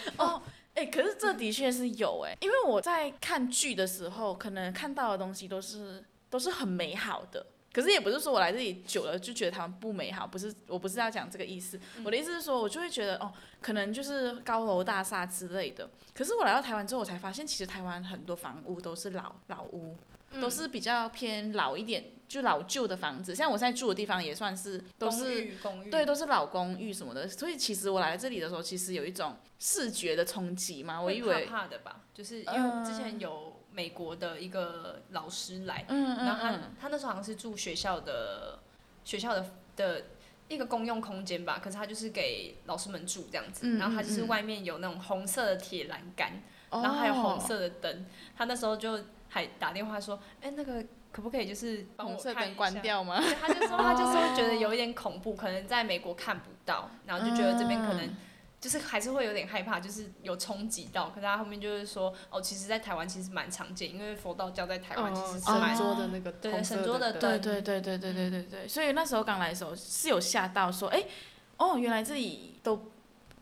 [SPEAKER 3] 哎、可是这的确是有哎、因为我在看剧的时候，可能看到的东西都是都是很美好的。可是也不是说我来这里久了就觉得台湾不美好，不是，我不是要讲这个意思。
[SPEAKER 4] 嗯
[SPEAKER 3] 我的意思是说，我就会觉得哦，可能就是高楼大厦之类的。可是我来到台湾之后，我才发现其实台湾很多房屋都是老老屋，
[SPEAKER 4] 嗯
[SPEAKER 3] 都是比较偏老一点，就老旧的房子。像我现在住的地方也算是都
[SPEAKER 4] 公
[SPEAKER 3] 是
[SPEAKER 4] 寓公寓，
[SPEAKER 3] 对，都是老公寓什么的。所以其实我来这里的时候，其实有一种视觉的冲击嘛。我
[SPEAKER 4] 会
[SPEAKER 3] 以为，
[SPEAKER 4] 怕怕的吧，就是因为之前有美国的一个老师来，
[SPEAKER 3] 嗯
[SPEAKER 4] 然后他
[SPEAKER 3] 嗯
[SPEAKER 4] 他那时候好像是住学校的学校的的一个公用空间吧，可是他就是给老师们住这样子，
[SPEAKER 3] 嗯
[SPEAKER 4] 然后他就是
[SPEAKER 3] 嗯嗯
[SPEAKER 4] 外面有那种红色的铁栏杆，
[SPEAKER 3] 嗯，
[SPEAKER 4] 然后还有红
[SPEAKER 3] 哦，
[SPEAKER 4] 色的灯，他那时候就还打电话说，哎、那个可不可以就是帮我
[SPEAKER 3] 红色
[SPEAKER 4] 看一
[SPEAKER 3] 灯关
[SPEAKER 4] 下
[SPEAKER 3] 掉哦吗？
[SPEAKER 4] 对他就说他就说觉得有一点恐怖，可能在美国看不到，然后就觉得这边可
[SPEAKER 3] 嗯
[SPEAKER 4] 能。就是还是会有点害怕，就是有冲击到。可是他后面就是说，哦，其实，在台湾其实蛮常见，因为佛道教在台湾其实是
[SPEAKER 3] 哦
[SPEAKER 4] 蛮
[SPEAKER 5] 神桌的那个
[SPEAKER 4] 对
[SPEAKER 5] 红色
[SPEAKER 4] 神桌的
[SPEAKER 5] 灯
[SPEAKER 4] 灯
[SPEAKER 3] 对对对对对对对对，所以那时候刚来的时候是有吓到说，哎、哦，原来这里都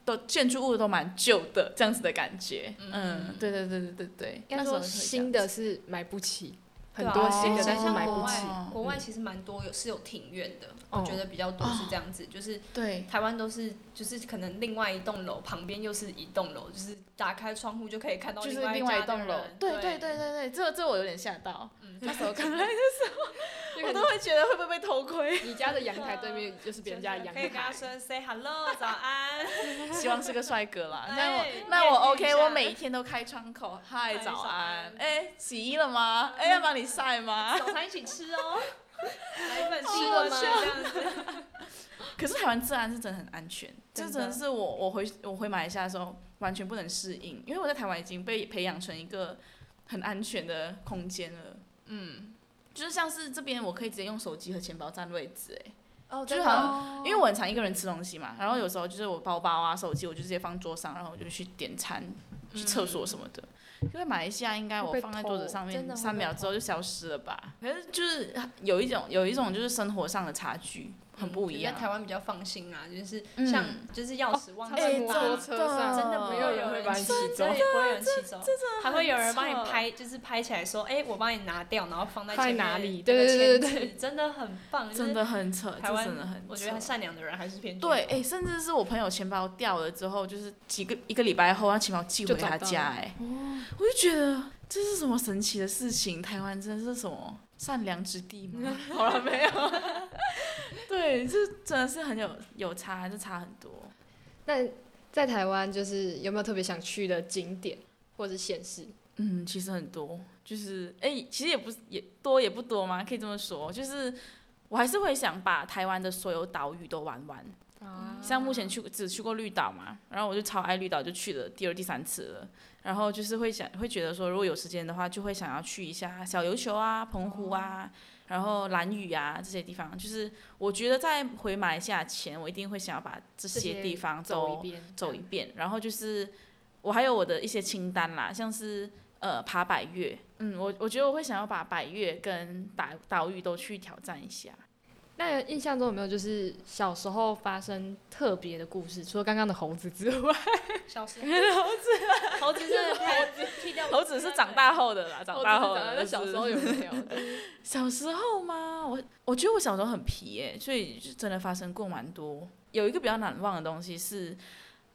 [SPEAKER 3] 都建筑物都蛮旧的这样子的感觉。嗯，对对对对对对，
[SPEAKER 5] 应该
[SPEAKER 3] 那时候
[SPEAKER 5] 说
[SPEAKER 3] 会这样
[SPEAKER 5] 新
[SPEAKER 3] 子
[SPEAKER 5] 的哦是买不起，
[SPEAKER 4] 对
[SPEAKER 5] 很
[SPEAKER 4] 啊
[SPEAKER 5] 多新的
[SPEAKER 4] 其实
[SPEAKER 5] 但是
[SPEAKER 4] 像
[SPEAKER 5] 买
[SPEAKER 4] 国
[SPEAKER 5] 不
[SPEAKER 4] 外
[SPEAKER 5] 起。
[SPEAKER 4] 国外其实蛮多有是有庭院的，
[SPEAKER 5] 哦
[SPEAKER 4] 我觉得比较多是这样子，就是
[SPEAKER 3] 对。
[SPEAKER 4] 台湾都是就是可能另外一栋楼旁边又是一栋楼，就是打开窗户就可以看到
[SPEAKER 3] 就是
[SPEAKER 4] 外
[SPEAKER 3] 另
[SPEAKER 4] 另
[SPEAKER 3] 外一栋楼，对对
[SPEAKER 4] 对
[SPEAKER 3] 对对对，这这我有点吓到，
[SPEAKER 4] 嗯
[SPEAKER 3] 那时候刚来的时候，我
[SPEAKER 5] 那个
[SPEAKER 3] 都会觉得会不会被偷窥，
[SPEAKER 5] 你家的阳台对啊面就是别人家的阳
[SPEAKER 4] 可以跟他
[SPEAKER 5] 台，
[SPEAKER 4] 说 say hello 早安，
[SPEAKER 3] 希望是个帅哥 啦。那我
[SPEAKER 4] 对
[SPEAKER 3] 那我
[SPEAKER 4] 艳遇一
[SPEAKER 3] OK，
[SPEAKER 4] 下
[SPEAKER 3] 我哎每一天都开窗口，嗨
[SPEAKER 4] 嗨
[SPEAKER 3] 早
[SPEAKER 4] 早
[SPEAKER 3] 安
[SPEAKER 4] 安，
[SPEAKER 3] 哎洗衣了吗？哎要帮你晒吗？
[SPEAKER 4] 早餐一起吃哦，来一份
[SPEAKER 5] 吃
[SPEAKER 4] 吃
[SPEAKER 5] 了
[SPEAKER 4] 了
[SPEAKER 5] 吗
[SPEAKER 4] 吗？这样子。
[SPEAKER 3] 可是台湾治安是真的很安全，这
[SPEAKER 4] 真
[SPEAKER 3] 真
[SPEAKER 4] 的
[SPEAKER 3] 的是我我回我回马来西亚的时候完全不能适应，因为我在台湾已经被培养成一个很安全的空间了。嗯，就是像是这边我可以直接用手机和钱包占位置、哎，哦就
[SPEAKER 4] 就是是
[SPEAKER 3] 好
[SPEAKER 4] 好
[SPEAKER 3] 像。
[SPEAKER 4] 像
[SPEAKER 3] 因为我很常一个人吃东西嘛，然后有时候就是我包包啊、手机，我就直接放桌上，然后我就去点餐、
[SPEAKER 4] 嗯
[SPEAKER 3] 去厕所什么的。因为马来西亚应该我
[SPEAKER 5] 会被
[SPEAKER 3] 放在桌子
[SPEAKER 5] 偷
[SPEAKER 3] 上
[SPEAKER 4] 真的
[SPEAKER 3] 面
[SPEAKER 4] 会
[SPEAKER 3] 三
[SPEAKER 4] 被
[SPEAKER 3] 秒之后就消失了吧？可是就是有一种有一种就是生活上的差距很不一样
[SPEAKER 4] 在。台湾比较放心啊，就是
[SPEAKER 3] 嗯
[SPEAKER 4] 像就是钥匙忘
[SPEAKER 5] 他
[SPEAKER 4] 记
[SPEAKER 5] 在
[SPEAKER 3] 哎
[SPEAKER 5] 摩
[SPEAKER 4] 拿
[SPEAKER 5] 托
[SPEAKER 3] 真
[SPEAKER 5] 车
[SPEAKER 3] 的
[SPEAKER 5] 上，
[SPEAKER 4] 真的不
[SPEAKER 5] 没
[SPEAKER 4] 会
[SPEAKER 5] 有
[SPEAKER 4] 有
[SPEAKER 5] 人会把你骑
[SPEAKER 4] 真
[SPEAKER 5] 走
[SPEAKER 4] 的。不会有人骑走，还会有人帮
[SPEAKER 3] 扯
[SPEAKER 4] 你拍，就是拍起来说，哎、我帮你拿掉，然后放在
[SPEAKER 5] 放在
[SPEAKER 4] 前面
[SPEAKER 5] 哪里
[SPEAKER 4] 那
[SPEAKER 5] 对
[SPEAKER 4] 个
[SPEAKER 5] 对对
[SPEAKER 4] 签
[SPEAKER 5] 对
[SPEAKER 4] 字真的很棒，
[SPEAKER 3] 真的很扯，
[SPEAKER 4] 就是台
[SPEAKER 3] 这
[SPEAKER 4] 湾
[SPEAKER 3] 真的很扯。
[SPEAKER 4] 我觉得善良的人还是偏多
[SPEAKER 3] 对，哎、甚至是我朋友钱包掉了之后，就是几个一个礼拜后，他钱包寄回
[SPEAKER 5] 就找
[SPEAKER 3] 他
[SPEAKER 5] 到了
[SPEAKER 3] 家、哎，我就觉得这是什么神奇的事情？台湾真的是什么善良之地吗？好了，没有。对，这真的是很有有差，就差很多。
[SPEAKER 5] 那在台湾就是有没有特别想去的景点或者县市？
[SPEAKER 3] 嗯，其实很多，就是哎、其实也不是也多也不多嘛，可以这么说，就是我还是会想把台湾的所有岛屿都玩完。
[SPEAKER 5] 啊
[SPEAKER 3] 像目前去只去过绿岛嘛，然后我就超爱绿岛，就去了第二、第三次了。然后就是会想，会觉得说，如果有时间的话，就会想要去一下小琉球啊、澎湖
[SPEAKER 5] 哦
[SPEAKER 3] 啊，然后兰屿啊这些地方。就是我觉得在回马来西亚前，我一定会想要把这
[SPEAKER 5] 这
[SPEAKER 3] 些
[SPEAKER 5] 些
[SPEAKER 3] 地方
[SPEAKER 5] 走
[SPEAKER 3] 都
[SPEAKER 5] 一遍，
[SPEAKER 3] 走一遍。然后就是我还有我的一些清单啦，像是呃爬百越，嗯，我我觉得我会想要把百越跟岛岛屿都去挑战一下。
[SPEAKER 5] 那印象中有没有就是小时候发生特别的故事？除了刚刚的猴子之 外，
[SPEAKER 4] 小时候猴子，猴子真的太剃掉
[SPEAKER 3] 猴子是长大 后的啦，长大后的，
[SPEAKER 5] 那小时候有没有？
[SPEAKER 3] 小时候吗？我我觉得我小时候很皮耶、所以就真的发生过蛮多。有一个比较难忘的东西是，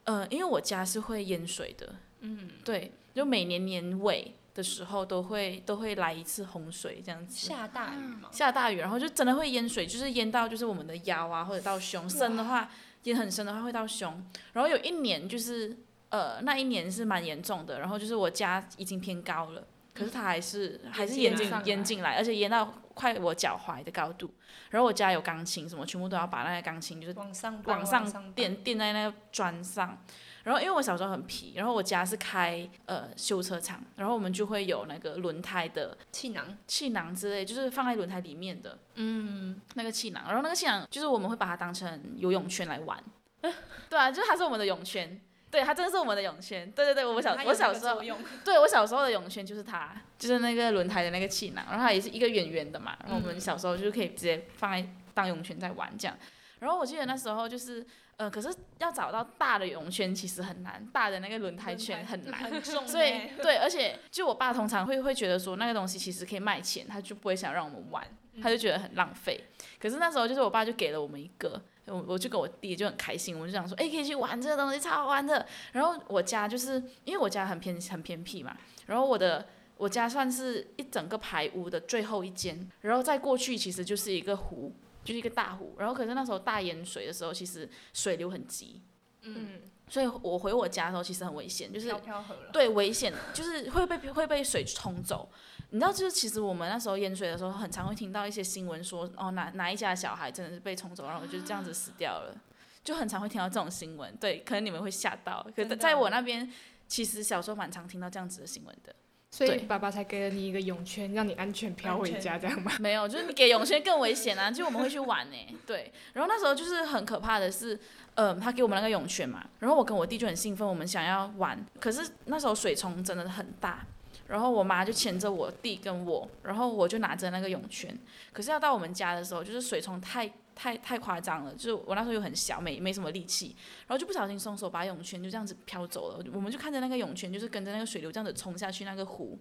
[SPEAKER 3] 呃，因为我家是会淹水的，嗯，对，就每年年尾的时候都会都会来一次洪水这样子，
[SPEAKER 4] 下大雨嘛，
[SPEAKER 3] 下大雨，然后就真的会淹水，就是淹到就是我们的腰啊，或者到胸，深的话淹很深的话会到胸。然后有一年就是呃那一年是蛮严重的，然后就是我家已经偏高了，可是它还是还是嗯
[SPEAKER 5] 淹
[SPEAKER 3] 淹进
[SPEAKER 5] 进来
[SPEAKER 3] 淹进来，而且淹到快我脚踝的高度。然后我家有钢琴什么，全部都要把那个钢琴就是
[SPEAKER 4] 往上荡
[SPEAKER 3] 往
[SPEAKER 4] 上
[SPEAKER 3] 上
[SPEAKER 4] 荡
[SPEAKER 3] 垫垫在那个砖上。然后因为我小时候很皮，然后我家是开呃修车厂，然后我们就会有那个轮胎的
[SPEAKER 4] 气囊，
[SPEAKER 3] 气囊之类，就是放在轮胎里面的，嗯，那个气囊。然后那个气囊就是我们会把它当成游泳圈来玩， 对啊，就是它是我们的泳圈，对，它真的是我们的泳圈，对对对，我小
[SPEAKER 4] 它有
[SPEAKER 3] 我小
[SPEAKER 4] 那个
[SPEAKER 3] 时候
[SPEAKER 4] 作，用
[SPEAKER 3] 对我小时候的泳圈就是它，就是那个轮胎的那个气囊，然后它也是一个圆圆的嘛，然后我
[SPEAKER 4] 嗯
[SPEAKER 3] 们小时候就可以直接放在当泳圈在玩这样。然后我记得那时候就是，呃，可是要找到大的泳圈其实很难，大的那个轮胎圈很难，
[SPEAKER 4] 很重，哎
[SPEAKER 3] 所以 对，而且就我爸通常会会觉得说那个东西其实可以卖钱，他就不会想让我们玩，他就觉得很浪费。可是那时候就是我爸就给了我们一个，我我就跟我弟就很开心，我们就想说，哎、可以去玩这个东西，超好玩的。然后我家就是因为我家很偏很偏僻嘛，然后我的。我家算是一整个排屋的最后一间，然后再过去其实就是一个湖，就是一个大湖。然后可是那时候大淹水的时候，其实水流很急，
[SPEAKER 5] 嗯，
[SPEAKER 3] 所以我回我家的时候其实很危险，就是
[SPEAKER 4] 飘飘河了，
[SPEAKER 3] 对，危险就是会被会被水冲走。你知道，就是其实我们那时候淹水的时候，很常会听到一些新闻说，哦，哪哪一家小孩真的是被冲走，然后就这样子死掉了，就很常会听到这种新闻。对，可能你们会吓到，可
[SPEAKER 4] 真
[SPEAKER 3] 是
[SPEAKER 4] 的
[SPEAKER 3] 在我那边，其实小时候蛮常听到这样子的新闻的。
[SPEAKER 5] 所
[SPEAKER 3] 对
[SPEAKER 5] 以爸爸才给了你一个泳圈，让你安全飘回家，这样吗？
[SPEAKER 3] 没有，就是你给永轩更危险啊！就我们会去玩呢、对。然后那时候就是很可怕的是，嗯、他给我们那个泳圈嘛，然后我跟我弟就很兴奋，我们想要玩，可是那时候水冲真的很大，然后我妈就牵着我弟跟我，然后我就拿着那个泳圈，可是要到我们家的时候，就是水冲太太太夸张了，就是我那时候又很小，没没什么力气，然后就不小心松手，把泳圈就这样子飘走了。我们就看着那个泳圈，就是跟着那个水流这样子冲下去那个湖。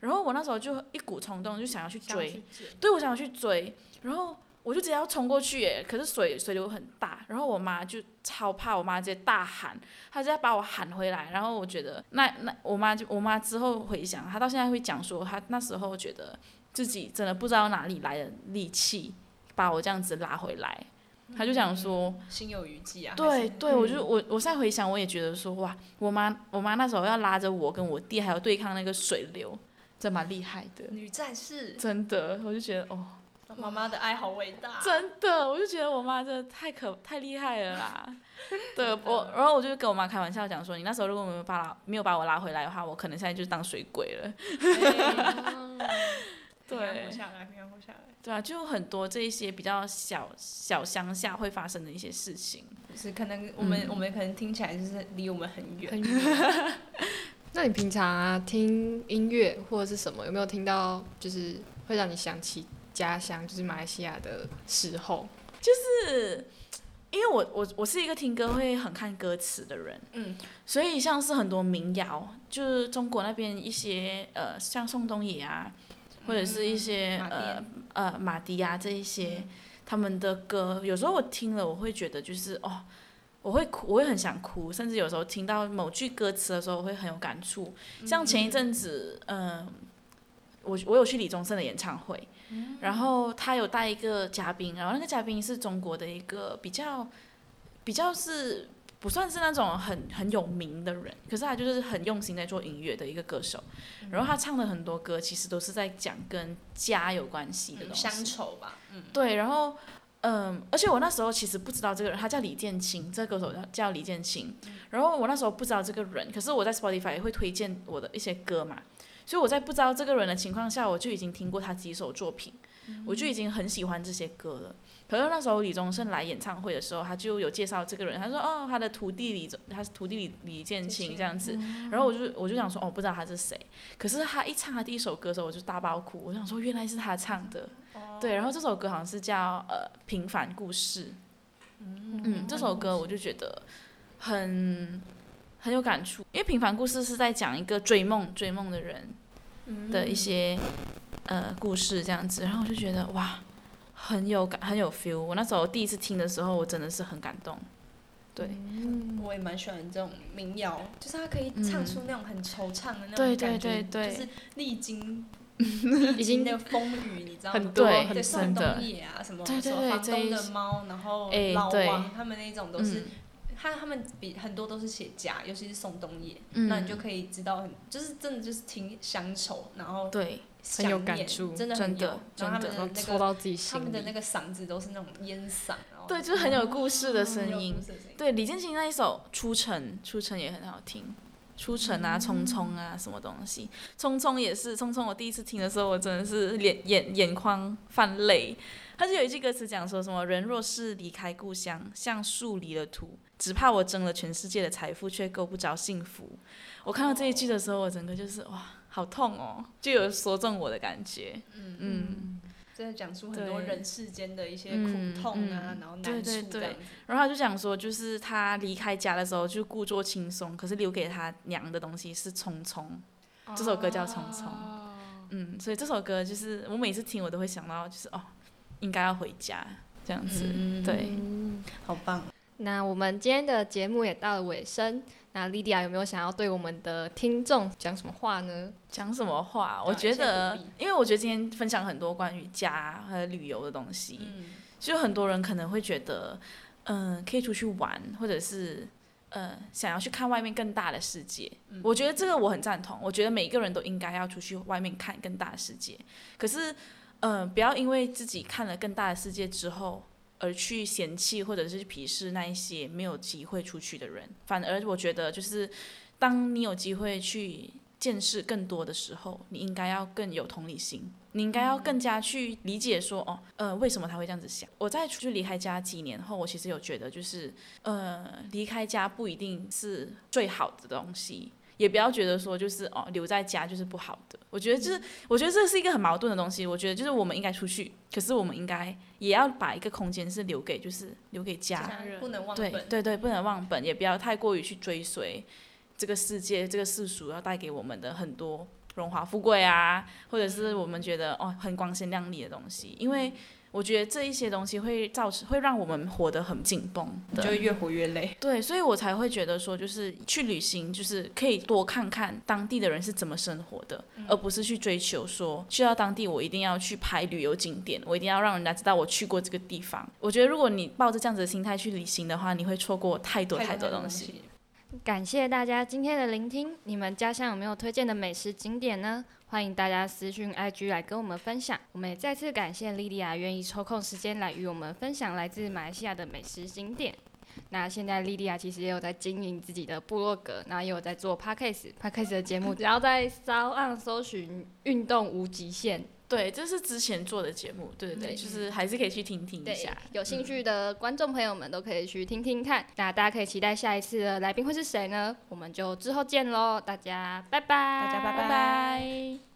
[SPEAKER 3] 然后我那时候就一股冲动，就想要去追，对我想要去追，然后我就直接要冲过去耶，可是水水流很大，然后我妈就超怕，我妈直接大喊，她直接把我喊回来，然后我觉得那那我妈就我妈之后回想，她到现在会讲说，她那时候觉得自己真的不知道哪里来的力气，把我这样子拉回来，她就讲说。
[SPEAKER 4] 心有余悸啊，还
[SPEAKER 3] 对
[SPEAKER 4] 是
[SPEAKER 3] 对，我就我我现在回想，我也觉得说哇，我妈我妈那时候要拉着我跟我弟还有对抗那个水流，这蛮厉害的，
[SPEAKER 4] 女战士，
[SPEAKER 3] 真的，我就觉得哦，
[SPEAKER 4] 妈妈的爱好伟大，
[SPEAKER 3] 真的，我就觉得我妈真的太可太厉害了 啦。对我，然后我就跟我妈开玩笑讲说，你那时候如果没有把拉没有把我拉回来的话，我可能现在就是当水鬼了。
[SPEAKER 4] 哎平安活
[SPEAKER 3] 对
[SPEAKER 4] 下来，平安活下来。
[SPEAKER 3] 对啊，就很多这一些比较小小乡下会发生的一些事情。
[SPEAKER 4] 就是可能我们、
[SPEAKER 3] 嗯
[SPEAKER 4] 我们可能听起来就是离我们很远，
[SPEAKER 5] 很远。那你平常啊听音乐或者是什么，有没有听到就是会让你想起家乡，就是马来西亚的时 候？
[SPEAKER 3] 是因为我我我是一个听歌会很看歌词的人，
[SPEAKER 4] 嗯，
[SPEAKER 3] 所以像是很多民谣，就是中国那边一些呃，像宋冬野啊，或者是一些、
[SPEAKER 4] 嗯马嗯
[SPEAKER 3] 呃
[SPEAKER 4] 甸
[SPEAKER 3] 呃马迪啊这一些、他们的歌，有时候我听了我会觉得就是哦。我会哭，我会很想哭，甚至有时候听到某句歌词的时候，我会很有感触。像前一阵子，嗯、我我有去李宗盛的演唱会，然后他有带一个嘉宾，然后那个嘉宾是中国的一个比较比较是不算是那种很很有名的人，可是他就是很用心在做音乐的一个歌手。然后他唱的很多歌其实都是在讲跟家有关系的
[SPEAKER 4] 嗯
[SPEAKER 3] 东西，
[SPEAKER 4] 乡愁吧，嗯，
[SPEAKER 3] 对，然后嗯，而且我那时候其实不知道这个人，他叫李建清，这个歌手叫叫李建清。然后我那时候不知道这个人，可是我在 Spotify 也会推荐我的一些歌嘛，所以我在不知道这个人的情况下，我就已经听过他几首作品，我就已经很喜欢这些歌了。可是那时候李宗盛来演唱会的时候，他就有介绍这个人，他说哦，他的徒弟李宗，他是徒弟李李建清嗯这样子。然后我就我就想说哦，不知道他是谁，可是他一唱他第一首歌的时候，我就大爆哭，我想说原来是他唱的。对，然后这首歌好像是叫呃《平凡故事》，嗯，这首歌我就觉得很很有感触，因为《平凡故事》是在讲一个追梦追梦的人
[SPEAKER 4] 嗯
[SPEAKER 3] 的一些、呃故事这样子，然后我就觉得哇，很有感很有 feel。我那时候第一次听的时候，我真的是很感动。对，
[SPEAKER 4] 嗯我也蛮喜欢这种民谣，就是它可以唱出那种很惆怅的那
[SPEAKER 3] 对对
[SPEAKER 4] 种感
[SPEAKER 3] 对
[SPEAKER 4] 觉，
[SPEAKER 3] 对
[SPEAKER 4] 就是历经
[SPEAKER 5] 已
[SPEAKER 4] 历
[SPEAKER 5] 经
[SPEAKER 4] 经那个风雨，你知道吗？
[SPEAKER 5] 很多
[SPEAKER 3] 对
[SPEAKER 5] 很
[SPEAKER 4] 对，
[SPEAKER 3] 真
[SPEAKER 4] 宋
[SPEAKER 3] 的
[SPEAKER 4] 冬野啊，什么
[SPEAKER 3] 对对
[SPEAKER 4] 什么
[SPEAKER 3] 对
[SPEAKER 4] 房
[SPEAKER 3] 这
[SPEAKER 4] 东
[SPEAKER 3] 一
[SPEAKER 4] 的猫，然后
[SPEAKER 3] 哎
[SPEAKER 4] 老
[SPEAKER 3] 对
[SPEAKER 4] 王，他们那种都是
[SPEAKER 3] 嗯，
[SPEAKER 4] 他他们比很多都是写家，尤其是宋冬野，
[SPEAKER 3] 嗯
[SPEAKER 4] 那你就可以知道很，就是真的就是听乡愁，然后
[SPEAKER 3] 对，
[SPEAKER 4] 想
[SPEAKER 5] 很有
[SPEAKER 4] 念
[SPEAKER 5] 感触
[SPEAKER 4] 真的
[SPEAKER 3] 真
[SPEAKER 4] 很有
[SPEAKER 3] 的，
[SPEAKER 4] 然后他
[SPEAKER 3] 真的
[SPEAKER 5] 然后
[SPEAKER 4] 们的那
[SPEAKER 5] 戳
[SPEAKER 4] 个
[SPEAKER 5] 到自己
[SPEAKER 4] 他
[SPEAKER 5] 心
[SPEAKER 4] 们的那
[SPEAKER 5] 里。
[SPEAKER 4] 个嗓子都是那种烟嗓，然后
[SPEAKER 3] 对，就是很有故事的
[SPEAKER 4] 很有
[SPEAKER 3] 声音
[SPEAKER 4] 故。事的声音。
[SPEAKER 3] 对，李建清那一首《出城》，《出城》也很好听，《出城》啊，《匆匆》啊，什么东西，《匆匆》也是，《匆匆》我第一次听的时候，我真的是脸眼眼眶泛泪。它就有一句歌词讲说什么“人若是离开故乡，像树离了土，只怕我争了全世界的财富，却够不着幸福。”我看到这一句的时候，我整个就是哇，好痛哦，就有说中我的感觉。嗯
[SPEAKER 4] 真的讲出很多
[SPEAKER 3] 对
[SPEAKER 4] 人世间的一些
[SPEAKER 3] 嗯
[SPEAKER 4] 苦痛啊，
[SPEAKER 3] 嗯
[SPEAKER 4] 然后
[SPEAKER 3] 对
[SPEAKER 4] 难
[SPEAKER 3] 对
[SPEAKER 4] 处
[SPEAKER 3] 对
[SPEAKER 4] 这样子。
[SPEAKER 3] 然后他就讲说，就是他离开家的时候就故作轻松，可是留给他娘的东西是匆匆。这首歌叫《匆匆》，
[SPEAKER 1] 哦
[SPEAKER 3] 嗯，所以这首歌就是我每次听我都会想到，就是哦，应该要回家这样子。
[SPEAKER 4] 嗯
[SPEAKER 3] 对，
[SPEAKER 4] 好棒！
[SPEAKER 1] 那我们今天的节目也到了尾声，那 Lydia 有没有想要对我们的听众讲什么话呢？
[SPEAKER 3] 讲什么话？我
[SPEAKER 4] 啊
[SPEAKER 3] 觉
[SPEAKER 4] 一切
[SPEAKER 3] 得
[SPEAKER 4] 不必，
[SPEAKER 3] 因为我觉得今天分享很多关于家和旅游的东西，
[SPEAKER 4] 嗯，
[SPEAKER 3] 就很多人可能会觉得，嗯、可以出去玩，或者是呃，想要去看外面更大的世界。我觉得这个我很赞同，我觉得每一个人都应该要出去外面看更大的世界。可是，嗯、不要因为自己看了更大的世界之后。而去嫌弃或者是鄙视那一些没有机会出去的人，反而我觉得就是，当你有机会去见识更多的时候，你应该要更有同理心，你应该要更加去理解说，哦，呃，为什么他会这样子想？我在出去离开家几年后，我其实有觉得，就是呃，离开家不一定是最好的东西。也不要觉得说就是哦留在家就是不好的，我觉得就是我觉得这是一个很矛盾的东西。我觉得就是我们应该出去，可是我们应该也要把一个空间是留给就是留给家，
[SPEAKER 4] 家人不能忘
[SPEAKER 3] 对
[SPEAKER 4] 本。
[SPEAKER 3] 对对，不能忘本，也不要太过于去追随这个世界、这个世俗要带给我们的很多荣华富贵啊，或者是我们觉得哦很光鲜亮丽的东西，因为我觉得这一些东西会造成，会让我们活得很紧绷
[SPEAKER 4] 你就
[SPEAKER 3] 的。
[SPEAKER 4] 会越活越累。
[SPEAKER 3] 对，所以我才会觉得说，就是去旅行，就是可以多看看当地的人是怎么生活的，而不是去追求说去到当地我一定要去拍旅游景点，我一定要让人家知道我去过这个地方。我觉得如果你抱着这样子的心态去旅行的话，你会错过太多太多东西。。
[SPEAKER 1] 感谢大家今天的聆听，你们家乡有没有推荐的美食景点呢？欢迎大家私讯 IG 来跟我们分享。我们也再次感谢莉莉亚愿意抽空时间来与我们分享来自马来西亚的美食景点。那现在莉莉亚其实也有在经营自己的部落格，然后也有在做 podcast podcast 的节目，只要在 s o 搜寻“运动无极限”
[SPEAKER 3] 对，这是之前做的节目，对对对，
[SPEAKER 1] 对
[SPEAKER 3] 就是还是可以去听听一
[SPEAKER 1] 对
[SPEAKER 3] 下。，嗯
[SPEAKER 1] 有兴趣的观众朋友们都可以去听听看。那大家可以期待下一次的来宾会是谁呢？我们就之后见喽，大家拜拜，
[SPEAKER 4] 大家拜拜
[SPEAKER 1] 拜